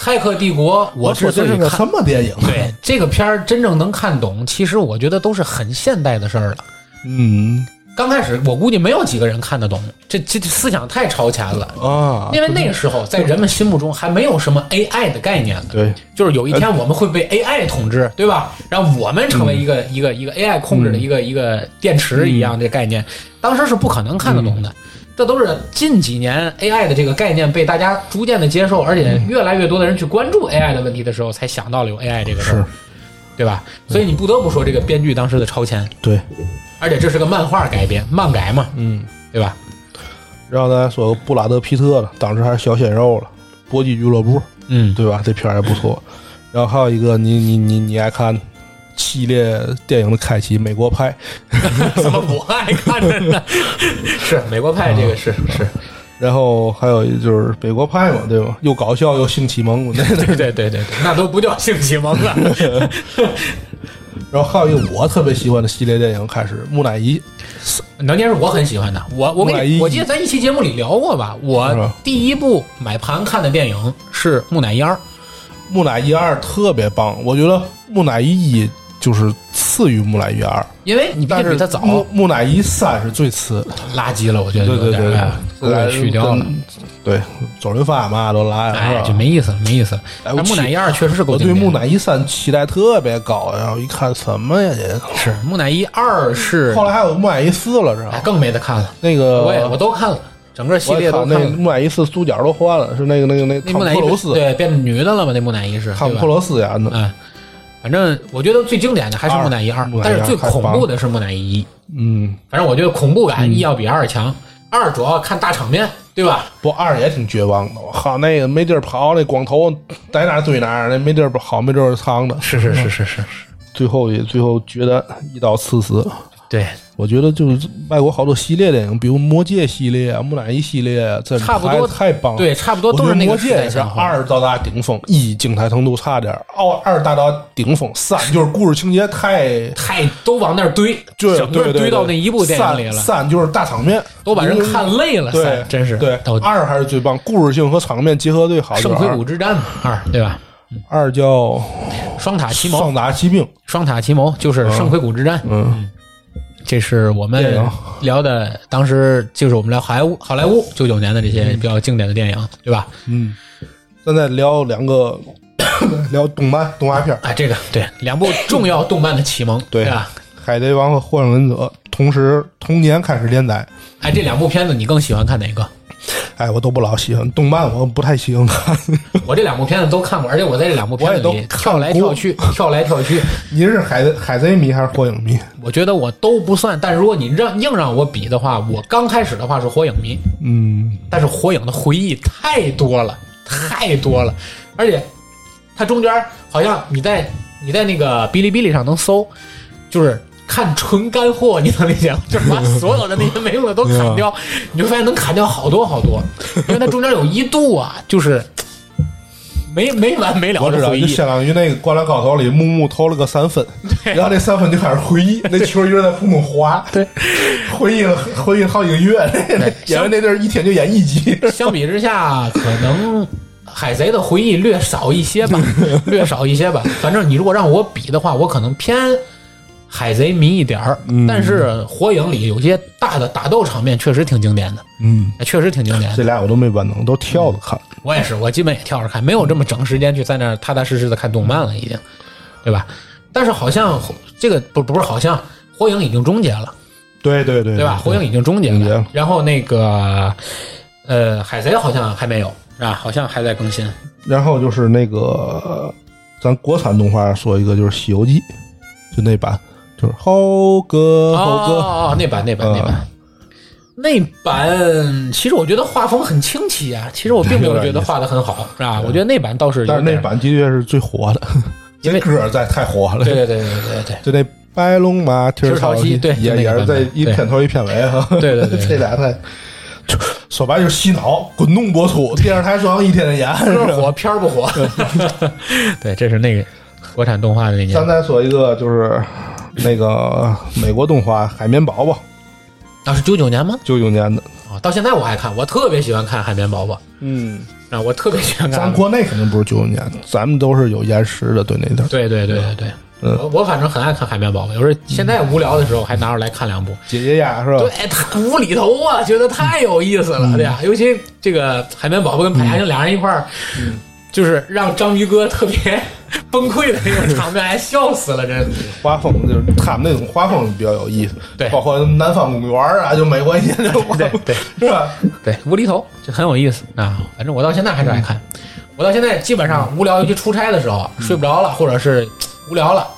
A: 《骇客帝国》，我之
B: 说
A: 所
B: 哦这
A: 以
B: 是个
A: 看
B: 什么电影？啊
A: 对 这个片儿真正能看懂，其实我觉得都是很现代的事儿了。
B: 嗯
A: 刚开始我估计没有几个人看得懂，这这这思想太超前了。
B: 啊，
A: 因为那个时候，在人们心目中还没有什么 AI 的概念呢，
B: 对
A: 就是有一
B: 呃
A: 天我们会被 AI 统
B: 嗯
A: 治，对吧？然后我们成为一个、一个一个 AI 控制的一个、一个电池一
B: 嗯
A: 样的概念，当时是不可能看得懂的。这都是近几年 AI 的这个概念被大家逐渐的接受，而且
B: 嗯
A: 越来越多的人去关注 AI 的问题的时候，才想到了有 AI 这个事儿
B: 是，嗯
A: 对吧？所以你不得不说这个编剧当时的超前，
B: 对。
A: 而且这是个漫画改编，漫改嘛，
B: 嗯，
A: 对吧？
B: 然后咱说布拉德皮特了，当时还是小鲜肉了，《搏击俱乐部》
A: 嗯，
B: 对吧？这片儿也不错。然后还有一个你你你你爱看系列电影的开启，《美国派》。
A: 怎么不爱看着呢？ 是美国派这个是是，
B: 然后还有就是《美国派》嘛，对吧？又搞笑又性启蒙，那
A: 对对对对，那都不叫性启蒙了。
B: 然后还有一个我特别喜欢的系列电影开始，木乃伊
A: 能电视我很喜欢的，我我
B: 木乃
A: 给
B: 伊
A: 你，我记得咱一期节目里聊过吧？
B: 是
A: 我
B: 吧
A: 第一部买盘看的电影是《木乃伊二》，
B: 木乃伊二特别棒，我觉得木乃伊一就是次于木乃伊二，
A: 因为你毕
B: 但
A: 竟
B: 是
A: 比他早，
B: 木木乃伊三是最次，
A: 垃圾了，我觉得
B: 对
A: 有
B: 对
A: 点
B: 对
A: 哎
B: 对，
A: 我给去掉了，
B: 跟，对，周润发嘛都来了，
A: 哎，
B: 是
A: 就
B: 吧
A: 没意思，没意思。
B: 哎
A: 但
B: 我
A: 木乃
B: 去
A: 伊二确实是够
B: 我
A: 经
B: 对
A: 典的
B: 木乃伊三期待特别高，然后一看什么呀这，
A: 是木乃伊二是
B: 后来还有木乃伊四了，是
A: 哎
B: 吧？
A: 更没得看了，
B: 那个
A: 我也我都看了，整个系
B: 我
A: 列
B: 靠
A: 都
B: 那
A: 看了。
B: 木乃伊四主角都换了，是那个那个那
A: 那
B: 汤
A: 木
B: 姆
A: 乃
B: 克
A: 伊
B: 鲁斯，
A: 对变女的了嘛？那木乃伊是
B: 汤
A: 对
B: 姆
A: 吧
B: 克鲁斯演的，
A: 哎，反正我觉得最经典的还是木乃伊二
B: 木，乃伊
A: 但
B: 二
A: 是最恐怖的是木乃伊一。
B: 嗯，
A: 反正我觉得恐怖感一要比二强，二主要看大场面，对吧？
B: 不二也挺绝望的，我靠，那个没地儿跑，那光头在哪儿追哪儿，那没地儿跑，没地儿藏的，
A: 是是是是是，
B: 最后也最后觉得一刀刺死。
A: 对，
B: 我觉得就是外国好多系列电影，比如《魔戒》系列、啊《木乃伊》系列，真的
A: 差不多
B: 太太棒了。
A: 对，差不多
B: 哦我觉
A: 都
B: 得
A: 是那
B: 魔
A: 个
B: 戒
A: 时
B: 也
A: 代啊
B: 是
A: 向后。
B: 二到达顶峰，一精彩程度差点儿，二二达到顶 峰，三就是故事情节太
A: 太都往那儿堆，
B: 对
A: 整
B: 对
A: 个
B: 对
A: 堆到
B: 对
A: 那一部电影里
B: 三
A: 了，
B: 三就是大场面，
A: 都把人
B: 因为
A: 看累了。
B: 对
A: 三，真是
B: 对
A: 到
B: 二还是最棒，故事性和场面结合最好。
A: 圣
B: 就是
A: 盔
B: 二
A: 谷之战嘛，二对吧？
B: 二叫
A: 双塔奇谋，
B: 丧达奇兵，
A: 双塔奇谋就是圣盔谷之战，
B: 嗯，
A: 这是我
B: 电
A: 们
B: 影
A: 聊的，当时就是我们聊好莱坞，好莱坞九九年的这些
B: 嗯
A: 比较经典的电影，对吧？
B: 现在聊两个 聊动漫动画片儿，
A: 啊，这个对两部重要动漫的启蒙，
B: 对啊
A: 吧？
B: 《海贼王》和《火影忍者》同时同年开始连载。
A: 哎，这两部片子你更喜欢看哪个？
B: 哎，我都不老喜欢动漫，我不太喜欢 看。
A: 我这两部片子都看过，而且我在这两部片子
B: 我也
A: 里
B: 都看过
A: 跳来跳去，跳来跳去。
B: 您是海贼海贼迷还是火影迷？
A: 我觉得我都不算，但如果你让硬让我比的话，我刚开始的话是火影迷，
B: 嗯，
A: 但是火影的回忆太多了，太多了，而且它中间好像你在你在那个哔哩哔哩上能搜，就是看纯干货，你能理解吗？ 就是把所有的那些没用的都砍掉，
B: 嗯
A: 你会发现能砍掉好多好多，因为它中间有一度啊，就是没没完没了
B: 我知
A: 的
B: 道，
A: 回
B: 就
A: 忆。
B: 相当于那个《灌篮高手》里木木投了个三分，然后那三分就开始回 忆，那球一直在空中滑，对，回忆了回忆了好几个月，演 完那阵儿一天就演一集。
A: 相比之下，可能海贼的回忆略少一些 吧，略少一些吧。反正你如果让我比的话，我可能偏海贼迷一点儿。
B: 嗯
A: 但是火影里有些大的打斗场面确实挺经典的，
B: 嗯，
A: 确实挺经典
B: 这
A: 的。
B: 俩我都没完成，都跳着看。
A: 我也是，我基本也跳着看，没有这么整时间去在那儿踏踏实实的看动漫了，已经，对吧？但是好像这个不不是好像火影已经终结了。
B: 对对对，
A: 对吧？火影已经终结
B: 嗯终结
A: 了
B: 了，
A: 然后那个呃，海贼好像还没有是吧？好像还在更新。
B: 然后就是那个，呃咱国产动画说一个就是《西游记》，就那版，就是猴哥猴
A: 哦
B: 哥，
A: 哦哦，那版那版
B: 嗯
A: 那版。那版其实我觉得画风很清奇啊，其实我并没有觉得画的很好，是吧？我觉得那版倒是有
B: 但是
A: 点，
B: 那版的确是最火的，
A: 因
B: 那
A: 为
B: 歌儿在太火了
A: 对。对对对对对
B: 就那白龙马蹄儿朝
A: 蹄儿朝西对就
B: 也
A: 那个
B: 也是
A: 版
B: 在
A: 本
B: 一
A: 对
B: 片头一片尾哈。
A: 对对对对
B: 这俩太就说白了就是洗脑，滚动播 出，电视台中央一天天演。
A: 对，歌火片儿不火，对，这是那个国产动画的那年
B: 咱再说一个，就是那个美国动画《海绵宝宝》，
A: 啊，是九九年吗？
B: 九九年的。
A: 啊，到现在我还看，我特别喜欢看海绵宝宝
B: 嗯，
A: 啊，我特别喜欢看海绵宝
B: 咱
A: 宝。
B: 国内肯定不是九九年，咱们都是有延时的，对那阵儿
A: 对对对对对，
B: 嗯
A: 我我反正很爱看海绵宝宝，有时候现在无聊的时候还拿出来看两部。
B: 姐姐呀，是吧？
A: 对，太无厘头啊，觉得太有意思了，对呀、尤其这个海绵宝宝跟派大星俩人一块儿，就是让章鱼哥特别崩溃的那种场面，哎笑死了，真是。
B: 画风就是他们那种画风比较有意思，
A: 对
B: 包括南方公园啊，就美国一些那种画风，
A: 对
B: 是吧？
A: 对，无厘头就很有意思啊。反正我到现在还是爱看，我到现在基本上无聊，尤其出差的时候啊睡不着了，或者是无聊了，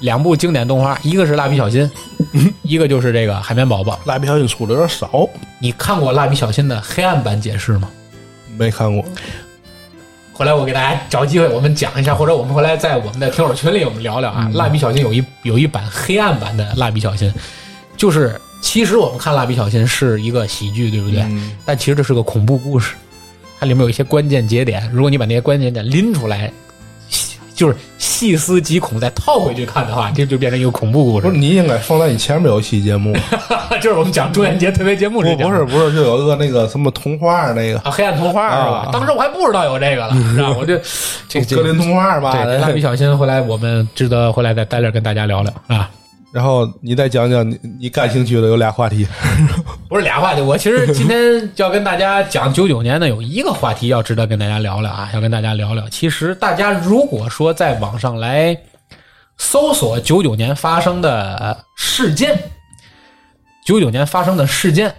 A: 两部经典动画，一个是蜡笔小新，一个就是这个海绵宝宝。
B: 蜡笔小新出的有点少，
A: 你看过蜡笔小新的黑暗版解释吗？
B: 没看过。
A: 回来我给大家找机会，我们讲一下，或者我们回来在我们的听友群里我们聊聊
B: 嗯
A: 啊。蜡笔小新有一有一版黑暗版的蜡笔小新，就是其实我们看蜡笔小新是一个喜剧，对不对？
B: 嗯
A: 但其实这是个恐怖故事，它里面有一些关键节点，如果你把那些关键点拎出来，就是细思极恐再套回去看的话，这就变成一个恐怖故
B: 不
A: 事
B: 是，。你应该放在你前面有一期节目，
A: 就是我们讲中元节特别节目
B: 不
A: 里讲
B: 不
A: 的
B: 是不是，就有一个那个什么童话那个
A: 啊，黑暗童话是吧
B: 啊？嗯
A: 当时我还不知道有这个了， 是吧？我就这这
B: 格林童话吧，
A: 对，蜡笔小新啊回来，我们值得回来再待着跟大家聊聊啊。
B: 然后你再讲讲你你感兴趣的有俩话题，
A: 不是俩话题，我其实今天要跟大家讲九九年的有一个话题要值得跟大家聊聊啊， 要跟大家聊聊。其实大家如果说在网上来搜索九九年发生的事件，九九年发生的事件，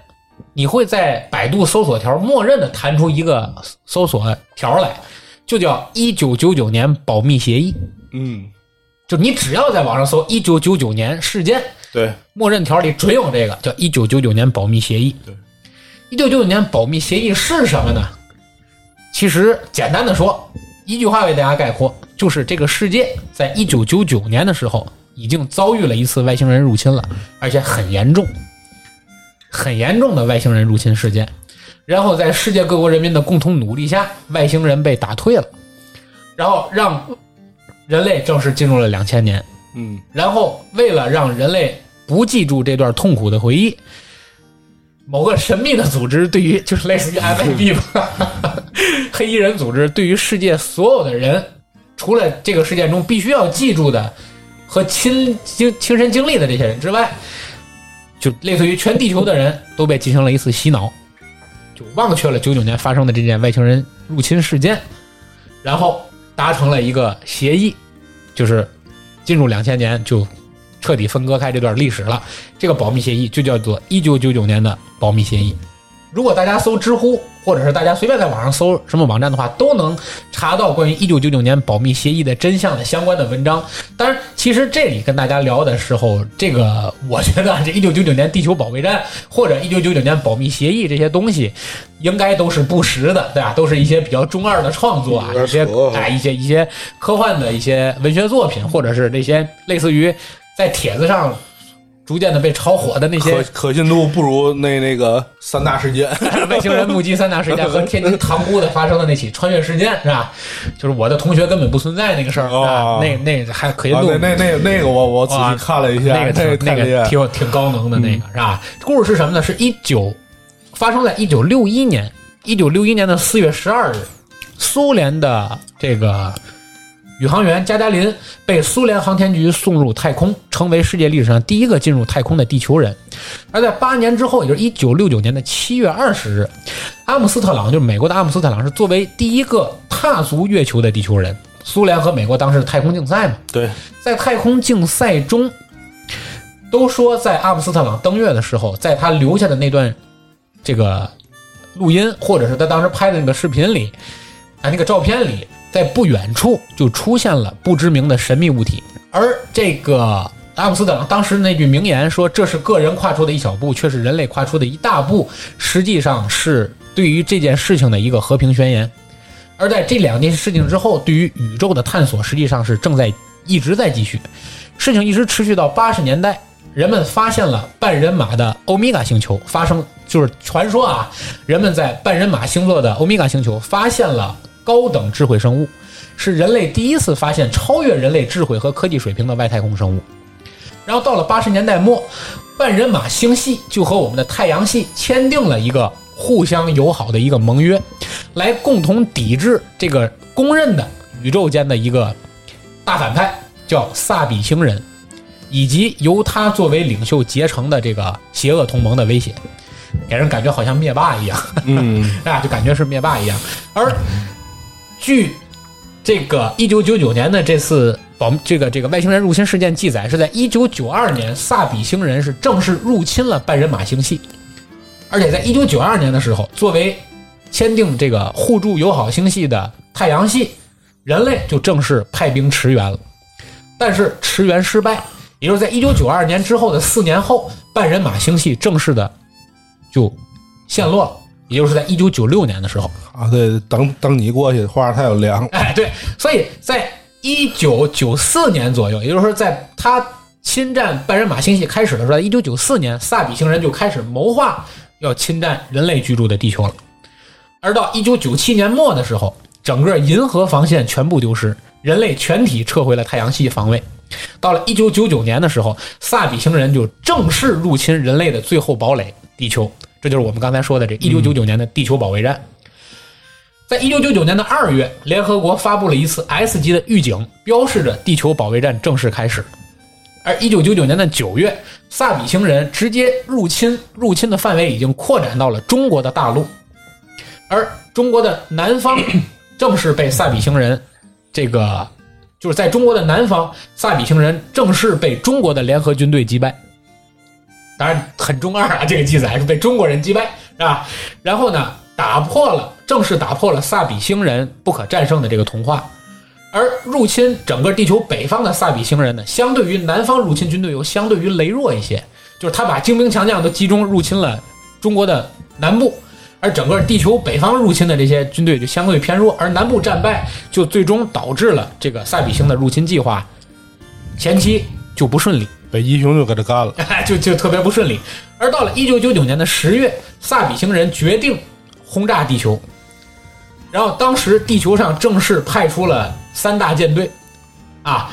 A: 你会在百度搜索条默认的弹出一个搜索条来，就叫一九九九年保密协议。
B: 嗯，
A: 就你只要在网上搜一九九九年事件，
D: 对，
A: 默认条里准有这个，叫一九九九年保密协议。
B: 对，
A: 一九九九年保密协议是什么呢？其实简单的说，一句话为大家概括，就是这个世界在一九九九年的时候已经遭遇了一次外星人入侵了，而且很严重，很严重的外星人入侵事件。然后在世界各国人民的共同努力下，外星人被打退了，然后让人类正式进入了两千年。
D: 嗯，
A: 然后为了让人类不记住这段痛苦的回忆，某个神秘的组织对于就是类似于 FAB 吧， 黑衣人组织对于世界所有的人，除了这个事件中必须要记住的和亲经亲身经历的这些人之外，就类似于全地球的人都被进行了一次洗脑，就忘却了九九年发生的这件外星人入侵事件，然后达成了一个协议，就是进入两千年就彻底分割开这段历史了。这个保密协议就叫做一九九九年的保密协议。如果大家搜知乎，或者是大家随便在网上搜什么网站的话，都能查到关于一九九九年保密协议的真相的相关的文章。当然，其实这里跟大家聊的时候，这个我觉得啊 这一九九九年地球保卫战或者一九九九年保密协议这些东西，应该都是不实的，对吧？都是一些比较中二的创作啊，一
D: 有
A: 些
D: 点扯哦
A: 哎一些一些科幻的一些文学作品，或者是那些类似于在帖子上逐渐的被炒火的那些
B: 可可信度不如那那个三大事 件，
A: 外星人目击三大事 件和天津塘沽的发生的那起穿越事件是吧？就是我的同学根本不存在那个事儿、
B: 哦
A: 啊，那那还可以
B: 啊
A: 录、
B: 那那那那个我我仔
A: 哇
B: 细看了一下，
A: 那个
B: 那
A: 挺那
B: 太厉害嗯
A: 个挺有挺高能的那个、是吧？故事是什么呢？是一九发生在一九六一年，一九六一年的四月十二日，苏联的这个宇航员加加林被苏联航天局送入太空，成为世界历史上第一个进入太空的地球人。而在八年之后，也就是一九六九年的七月二十日，阿姆斯特朗，就是美国的阿姆斯特朗，是作为第一个踏足月球的地球人。苏联和美国当时的太空竞赛嘛，
D: 对，
A: 在太空竞赛中，都说在阿姆斯特朗登月的时候，在他留下的那段这个录音，或者是他当时拍的那个视频里，啊，那个照片里，在不远处就出现了不知名的神秘物体。而这个阿姆斯特朗当时那句名言说：“这是个人跨出的一小步，却是人类跨出的一大步。”实际上是对于这件事情的一个和平宣言。而在这两件事情之后，对于宇宙的探索实际上是正在一直在继续，事情一直持续到八十年代，人们发现了半人马的欧米伽星球，发生就是传说啊，人们在半人马星座的欧米伽星球发现了高等智慧生物，是人类第一次发现超越人类智慧和科技水平的外太空生物。然后到了八十年代末，半人马星系就和我们的太阳系签订了一个互相友好的一个盟约，来共同抵制这个公认的宇宙间的一个大反派，叫萨比星人，以及由他作为领袖结成的这个邪恶同盟的威胁，给人感觉好像灭霸一样。
B: 嗯，
A: 啊，就感觉是灭霸一样。而据这个一九九九年的这次保这个这个外星人入侵事件记载，是在一九九二年，萨比星人是正式入侵了半人马星系，而且在一九九二年的时候，作为签订这个互助友好星系的太阳系，人类就正式派兵驰援了。但是驰援失败，也就是在一九九二年之后的四年后，半人马星系正式的就陷落了，也就是在一九九六年的时候。
B: 啊，对，等等你过去，话太有凉，
A: 哎，对，所以在一九九四年左右，也就是说，在他侵占半人马星系开始的时候，一九九四年，萨比星人就开始谋划要侵占人类居住的地球了。而到一九九七年末的时候，整个银河防线全部丢失，人类全体撤回了太阳系防卫。到了一九九九年的时候，萨比星人就正式入侵人类的最后堡垒——地球。这就是我们刚才说的这一九九九年的地球保卫战。在一九九九年的二月，联合国发布了一次 S 级的预警，标示着地球保卫战正式开始。而一九九九年的九月，萨比星人直接入侵，入侵的范围已经扩展到了中国的大陆，而中国的南方正式被萨比星人这个就是在中国的南方，萨比星人正式被中国的联合军队击败。当然很中二啊，这个 记载是被中国人击败，是吧？然后呢，打破了正式打破了萨比星人不可战胜的这个童话。而入侵整个地球北方的萨比星人呢，相对于南方入侵军队又相对于羸弱一些，就是他把精兵强将都集中入侵了中国的南部，而整个地球北方入侵的这些军队就相对偏弱，而南部战败就最终导致了这个萨比星的入侵计划前期就不顺利。
B: 北极熊就给他干了，
A: 哎， 就就特别不顺利。而到了一九九九年的十月，萨比星人决定轰炸地球，然后当时地球上正式派出了三大舰队，啊，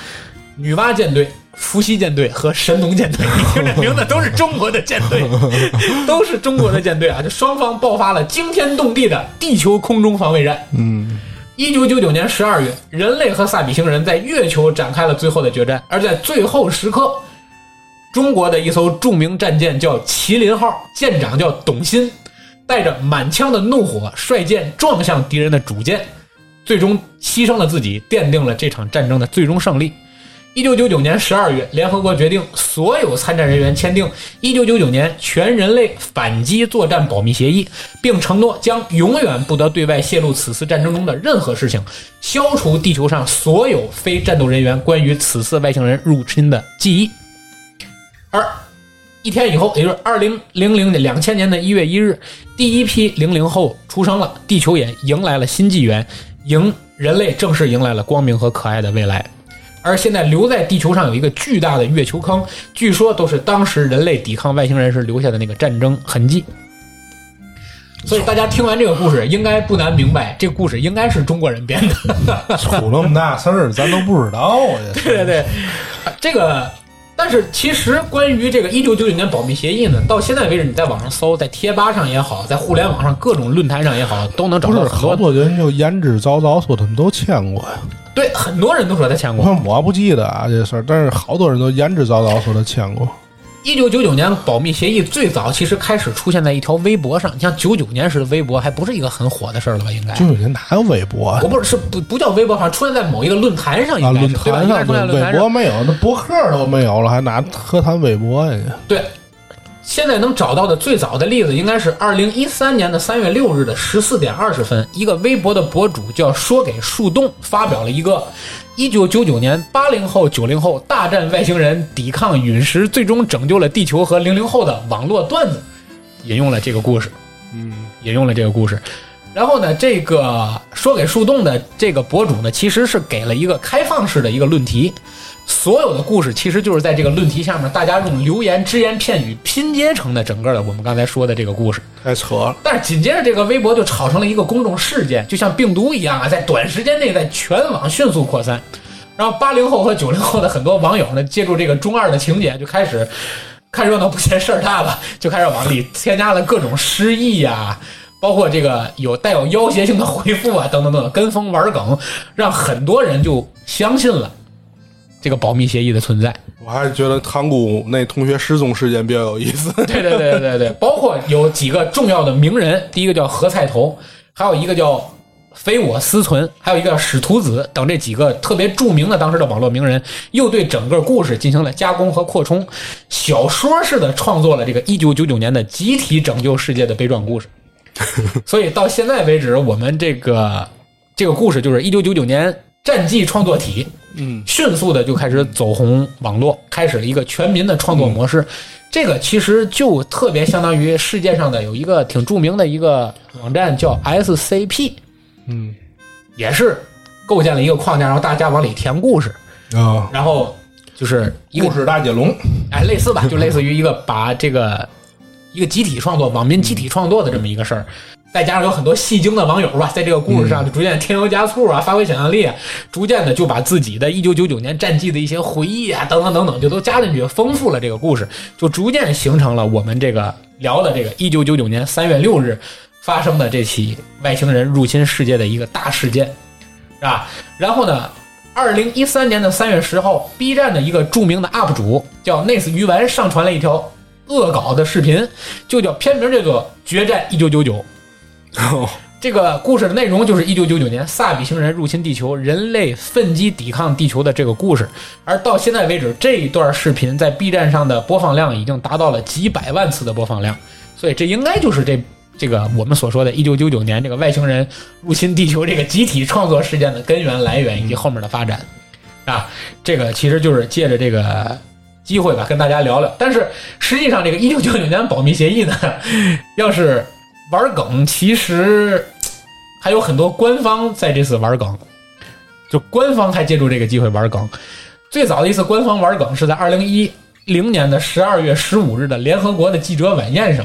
A: 女娲舰队。伏羲舰队和神农舰队，你听这名字都是中国的舰队， 都是中国的舰队啊！就双方爆发了惊天动地的地球空中防卫战。
B: 嗯，
A: 一九九九年十二月，人类和萨比星人在月球展开了最后的决战，而在最后时刻，中国的一艘著名战舰叫“麒麟号”，舰长叫董鑫，带着满腔的怒火，率舰撞向敌人的主舰，最终牺牲了自己，奠定了这场战争的最终胜利。一九九九年十二月，联合国决定所有参战人员签订一九九九年全人类反击作战保密协议，并承诺将永远不得对外泄露此次战争中的任何事情，消除地球上所有非战斗人员关于此次外星人入侵的记忆。而一天以后，也就是二零零零年两千年的一月一日，第一批零零后出生了，地球也迎来了新纪元，迎人类正式迎来了光明和可爱的未来。而现在留在地球上有一个巨大的月球坑，据说都是当时人类抵抗外星人时留下的那个战争痕迹。所以大家听完这个故事，应该不难明白，这故事应该是中国人编的。
B: 出那么大事儿，咱都不知道啊呀。
A: 对对 对，这个，但是其实关于这个一九九九年保密协议呢，到现在为止，你在网上搜，在贴吧上也好，在互联网上各种论坛上也好，都能找
B: 不
A: 到
B: 是
A: 很多
B: 好。多人就言之凿凿说他们都签过呀。
A: 对，很多人都说他签
B: 我
A: 过。
B: 看我不记得啊这事儿，但是好多人都言之凿凿说他签过。
A: 一九九九年保密协议最早其实开始出现在一条微博上，你像九九年时的微博还不是一个很火的事儿了吧？应该
B: 九九年哪有微博啊
A: 我？不是是不不叫微博，好像出现在某一个论坛上，
B: 啊，
A: 应该
B: 论
A: 是对吧？
B: 坛
A: 应该
B: 上
A: 是出现在论坛
B: 微博
A: 上。
B: 没有，那博客都没有了，还拿何谈微博呀？
A: 对，现在能找到的最早的例子应该是二零一三年的三月六日的十四点二十分，一个微博的博主叫说给树洞发表了一个一九九九年八零后九零后大战外星人抵抗陨石，最终拯救了地球和零零后的网络段子，引用了这个故事。引用了这个故事。然后呢，这个说给树洞的这个博主呢，其实是给了一个开放式的一个论题，所有的故事其实就是在这个论题下面，大家用留言、只言片语拼接成的整个的我们刚才说的这个故事。
B: 太扯了！
A: 但是紧接着这个微博就炒成了一个公众事件，就像病毒一样啊，在短时间内在全网迅速扩散。然后八零后和九零后的很多网友呢，借助这个中二的情节，就开始看热闹不嫌事儿大吧，就开始往里添加了各种诗意呀、包括这个有带有要挟性的回复啊，等等等等，跟风玩梗，让很多人就相信了这个保密协议的存在。
B: 我还是觉得塘沽那同学失踪事件比较有意思。
A: 对对对对对，包括有几个重要的名人，第一个叫何菜头，还有一个叫非我思存，还有一个叫史徒子等这几个特别著名的当时的网络名人，又对整个故事进行了加工和扩充，小说式的创作了这个一九九九年的集体拯救世界的悲壮故事。所以到现在为止，我们这个这个故事就是一九九九年战绩创作体，
B: 嗯，
A: 迅速的就开始走红网络，开始了一个全民的创作模式。这个其实就特别相当于世界上的有一个挺著名的一个网站叫 SCP，
B: 嗯
A: 也是构建了一个框架，然后大家往里填故事，
B: 啊，
A: 然后就是一个
B: 故事大接龙，
A: 哎，类似吧，就类似于一个把这个一个集体创作、网民集体创作的这么一个事儿。再加上有很多戏精的网友吧，在这个故事上就逐渐添油加醋啊，发挥想象力啊，逐渐的就把自己的1999年战绩的一些回忆啊，等等等等，就都加进去，丰富了这个故事，就逐渐形成了我们这个聊的这个1999年3月6日发生的这起外星人入侵世界的一个大事件，是吧？然后呢，二零一三年的三月十号，B 站的一个著名的 UP 主叫 Nice 鱼丸上传了一条恶搞的视频，就叫片名这个《决战一九九九》。这个故事的内容就是一九九九年萨比星人入侵地球，人类奋击抵抗地球的这个故事。而到现在为止，这一段视频在 B 站上的播放量已经达到了几百万次的播放量，所以这应该就是这这个我们所说的1999年这个外星人入侵地球这个集体创作事件的根源来源以及后面的发展啊，这个其实就是借着这个机会吧，跟大家聊聊。但是实际上，这个1999年保密协议呢， 要是玩梗，其实还有很多官方在这次玩梗，就官方还借助这个机会玩梗。最早的一次官方玩梗是在二零一零年的十二月十五日的联合国的记者晚宴上。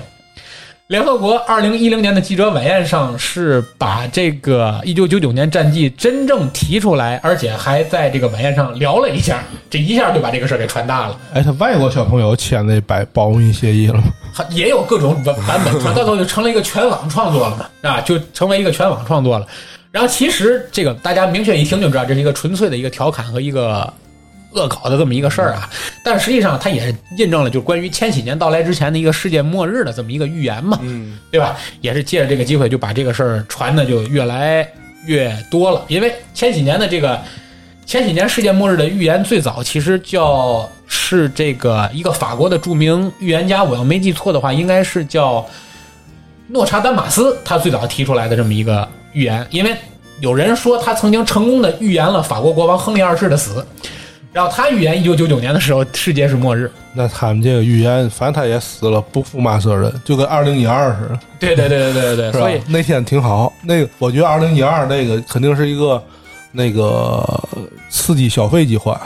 A: 联合国二零一零年的记者晚宴上是把这个一九九九年战绩真正提出来，而且还在这个晚宴上聊了一下，这一下就把这个事儿给传大了。
B: 哎，他外国小朋友签那百保密协议了吗？
A: 还也有各种版版本传，到最后就成了一个全网创作了嘛，啊，就成为一个全网创作了。然后其实这个大家明确一听就知道，这是一个纯粹的一个调侃和一个恶搞的这么一个事儿啊。但实际上它也印证了，就关于千禧年到来之前的一个世界末日的这么一个预言嘛，
E: 嗯，
A: 对吧？也是借着这个机会就把这个事儿传的就越来越多了，因为千禧年的这个。千禧年世界末日的预言最早其实叫是这个一个法国的著名预言家，我要没记错的话，应该是叫诺查丹马斯，他最早提出来的这么一个预言。因为有人说他曾经成功的预言了法国国王亨利二世的死，然后他预言一九九九年的时候世界是末日。
B: 那他们这个预言，反正他也死了，不负骂责任，就跟二零一二似的，
A: 对对对对对对，
B: 是吧
A: 所以？
B: 那天挺好，那个我觉得二零一二那个肯定是一个那个刺激消费计划。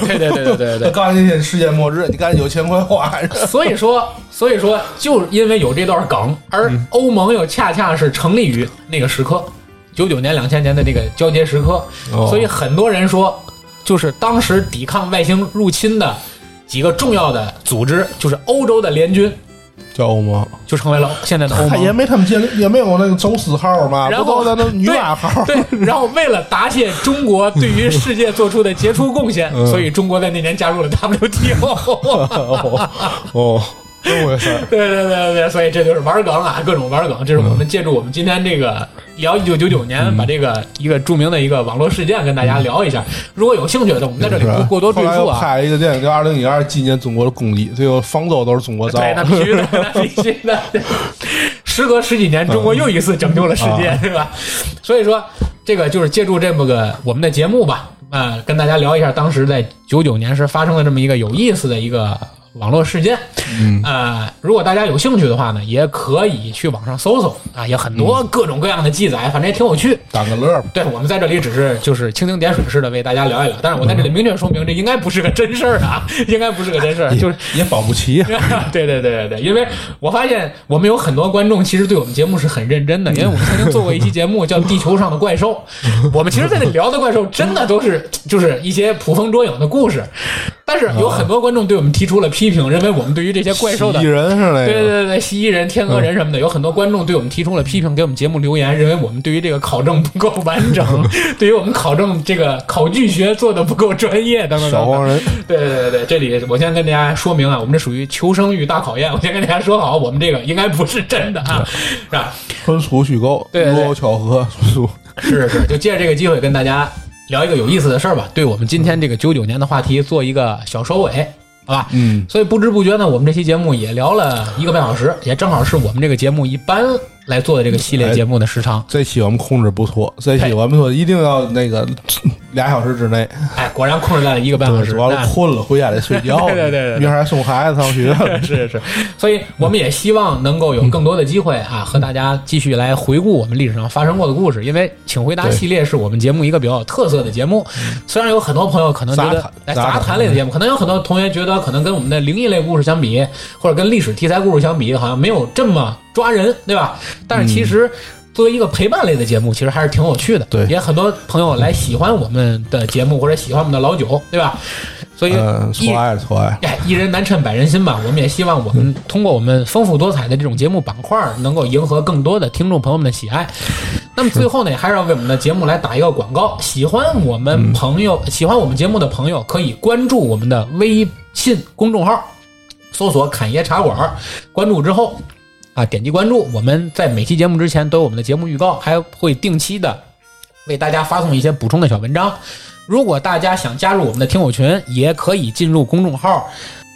A: 对对对对对
B: 那
A: 对。
B: 告诉你世界末日，你赶紧有钱快花。
A: 所以说，所以说，就是因为有这段梗，而欧盟又恰恰是成立于那个时刻，九九年、两千年的这个交接时刻，所以很多人说，就是当时抵抗外星入侵的几个重要的组织，就是欧洲的联军，
B: 叫欧盟，
A: 就成为了现在的欧
B: 他也
A: 盟。
B: 没他们建立，也没有那个走私号嘛，
A: 然
B: 不
A: 后
B: 都在那女娲号。
A: 对，然后为了答谢中国对于世界做出的杰出贡献，所以中国在那年加入了 WTO。
B: 哦，哦，这么回事儿。
A: 对对对对，所以这就是玩梗啊，各种玩梗。这是我们借助我们今天这个聊一九九九年，把这个一个著名的一个网络事件跟大家聊一下。如果有兴趣的，我们在这里不过多赘
B: 后来
A: 述
B: 又
A: 啊。
B: 拍一个电影叫《二零一二纪念中国的公里》，最后方舟都是中国造
A: 对，那
B: 的。
A: 必须的，那必须的。时隔十几年，中国又一次拯救了世界，对吧？所以说，这个就是借助这么个我们的节目吧，啊、跟大家聊一下当时在九九年时发生的这么一个有意思的一个网络事件。嗯，呃，如果大家有兴趣的话呢，也可以去网上搜搜啊，也很多各种各样的记载，反正也挺有趣。
B: 当个乐儿吧，
A: 对，我们在这里只是就是蜻蜓点水似的为大家聊一聊，但是我在这里明确说明，这应该不是个真事儿啊，应该不是个真事儿， 就是
B: 也保不齐。啊
A: 对对对对对，因为我发现我们有很多观众其实对我们节目是很认真的，因为我们曾经做过一期节目叫《地球上的怪兽》， 我们其实在那聊的怪兽真的都是就是一些捕风捉影的故事，但是有很多观众对我们提出了批评，认为我们对于这些怪兽的
B: 蜥蜴人是嗯那
A: 对对
B: 个，
A: 对对，蜥蜴人、天鹅人什么的，有很多观众对我们提出了批评，给我们节目留言，认为我们对于这个考证不够完整， 对于我们考证这个考据学做的不够专业等等
B: 小
A: 等等
B: 黄。人
A: 对对对对，这里我先跟大家说明啊，我们这属于求生欲大考验。我先跟大家说好，我们这个应该不是真的啊，是吧？
B: 纯属虚构，
A: 对对对
B: 如有巧合， 纯属。
A: 是是，就借着这个机会跟大家聊一个有意思的事儿吧，对我们今天这个九九年的话题做一个小收尾，好吧？
B: 嗯，
A: 所以不知不觉呢，我们这期节目也聊了一个半小时，也正好是我们这个节目一般来做的这个系列节目的时长。
B: 这期我们控制不错，这期
A: 嘿
B: 我们说一定要那个俩小时之内，
A: 哎，果然控制在了一个半小时，
B: 完
A: 那
B: 了困了回家得睡觉，
A: 对对对对对
B: 明儿还送孩子上 学，
A: 是是，所以我们也希望能够有更多的机会 啊，和大家继续来回顾我们历史上发生过的故事。因为《请回答》
B: 对
A: 系列是我们节目一个比较有特色的节目，虽然有很多朋友可能觉
B: 嗯杂
A: 得
B: 谈
A: 哎
B: 杂
A: 杂
B: 谈
A: 谈类的节目，可能有很多同学觉得可能跟我们的灵异类故事相比，或者跟历史题材故事相比，好像没有这么抓人，对吧？
B: 嗯
A: 但是其实。作为一个陪伴类的节目，其实还是挺有趣的。
B: 对
A: 也很多朋友来喜欢我们的节目，或者喜欢我们的老九，对吧？所以
B: 嗯，
A: 一
B: 错爱了，错爱了。
A: 哎，一人难衬百人心吧。我们也希望我们通过我们丰富多彩的这种节目板块儿，能够迎合更多的听众朋友们的喜爱。那么最后呢，还是要为我们的节目来打一个广告。喜欢我们朋友、喜欢我们节目的朋友，可以关注我们的微信公众号，搜索“侃爷茶馆儿”，关注之后啊，点击关注。我们在每期节目之前都有我们的节目预告，还会定期的为大家发送一些补充的小文章。如果大家想加入我们的听友群，也可以进入公众号。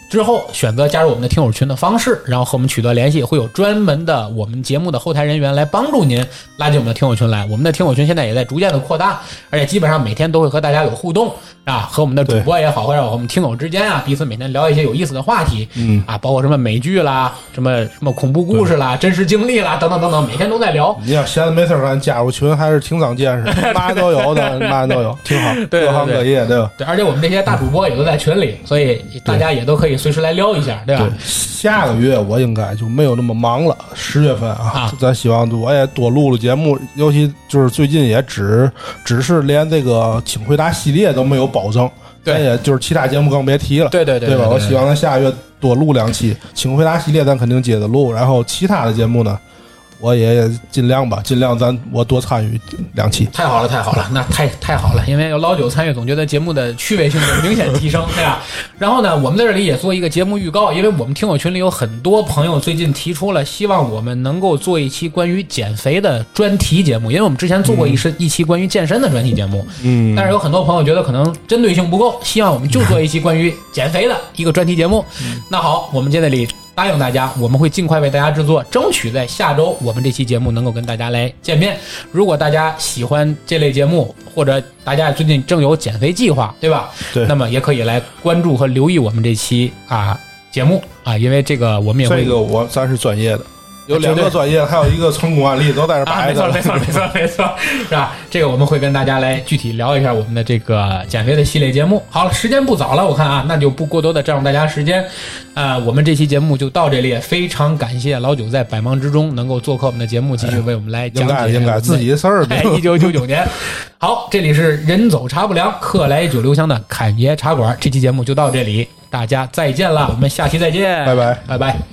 A: 之后选择加入我们的听友群的方式，然后和我们取得联系，会有专门的我们节目的后台人员来帮助您拉进我们的听友群来。我们的听友群现在也在逐渐的扩大，而且基本上每天都会和大家有互动啊，和我们的主播也好，或者我们听友之间啊，彼此每天聊一些有意思的话题，嗯啊，包括什么美剧啦，什么什么恐怖故事啦，真实经历啦，等等等等，每天都在聊。
B: 你要闲的没事儿干，加入群还是挺长见识 的，嘛人都有的，嘛人都有，挺好，
A: 对
B: 各行各业，对吧？
A: 对，而且我们这些大主播也都在群里，所以大家也都可以随时来撩一下，对吧？
B: 下个月我应该就没有那么忙了，十月份啊
A: 啊，
B: 咱希望我也多录录节目，尤其就是最近也只只是连这个请回答系列都没有保证，
A: 对
B: 咱也就是其他节目更别提了，
A: 对对对
B: 吧？
A: 对对
B: 我希望咱下个月多录两期，请回答系列咱肯定接着录，然后其他的节目呢，我也尽量吧，尽量咱我多参与两期，
A: 太好了，太好了，那太太好了，因为有老九参与，总觉得节目的趣味性就明显提升，对吧？ 然后呢，我们在这里也做一个节目预告，因为我们听友群里有很多朋友最近提出了，希望我们能够做一期关于减肥的专题节目，因为我们之前做
B: 嗯
A: 过一是、一期关于健身的专题节目，嗯，但是有很多朋友觉得可能针对性不够，希望我们就做一期关于减肥的一个专题节目。那好，我们在这里。答应大家，我们会尽快为大家制作，争取在下周我们这期节目能够跟大家来见面。如果大家喜欢这类节目，或者大家最近正有减肥计划，对吧？
B: 对
A: 那么也可以来关注和留意我们这期啊节目啊，因为这个我们也会
B: 这个我咱是专业的。有两
A: 绝
B: 个
A: 对
B: 专业，还有一个成功案例都在这
A: 啊，
B: 摆
A: 没
B: 着
A: 错，
B: 了
A: 没。错，没错，没错， 是吧？这个我们会跟大家来具体聊一下我们的这个减肥的系列节目。好了，时间不早了，我看啊，那就不过多的占用大家时间。呃，我们这期节目就到这里，也非常感谢老九在百忙之中能够做客我们的节目，继续为我们来
B: 应
A: 讲
B: 该
A: 解
B: 应该 自己的事儿呗。
A: 一九九九年，好，这里是人走茶不凉，客来酒留香的侃爷茶馆，这期节目就到这里，大家再见了，我们下期再见，
B: 拜拜
A: 拜拜。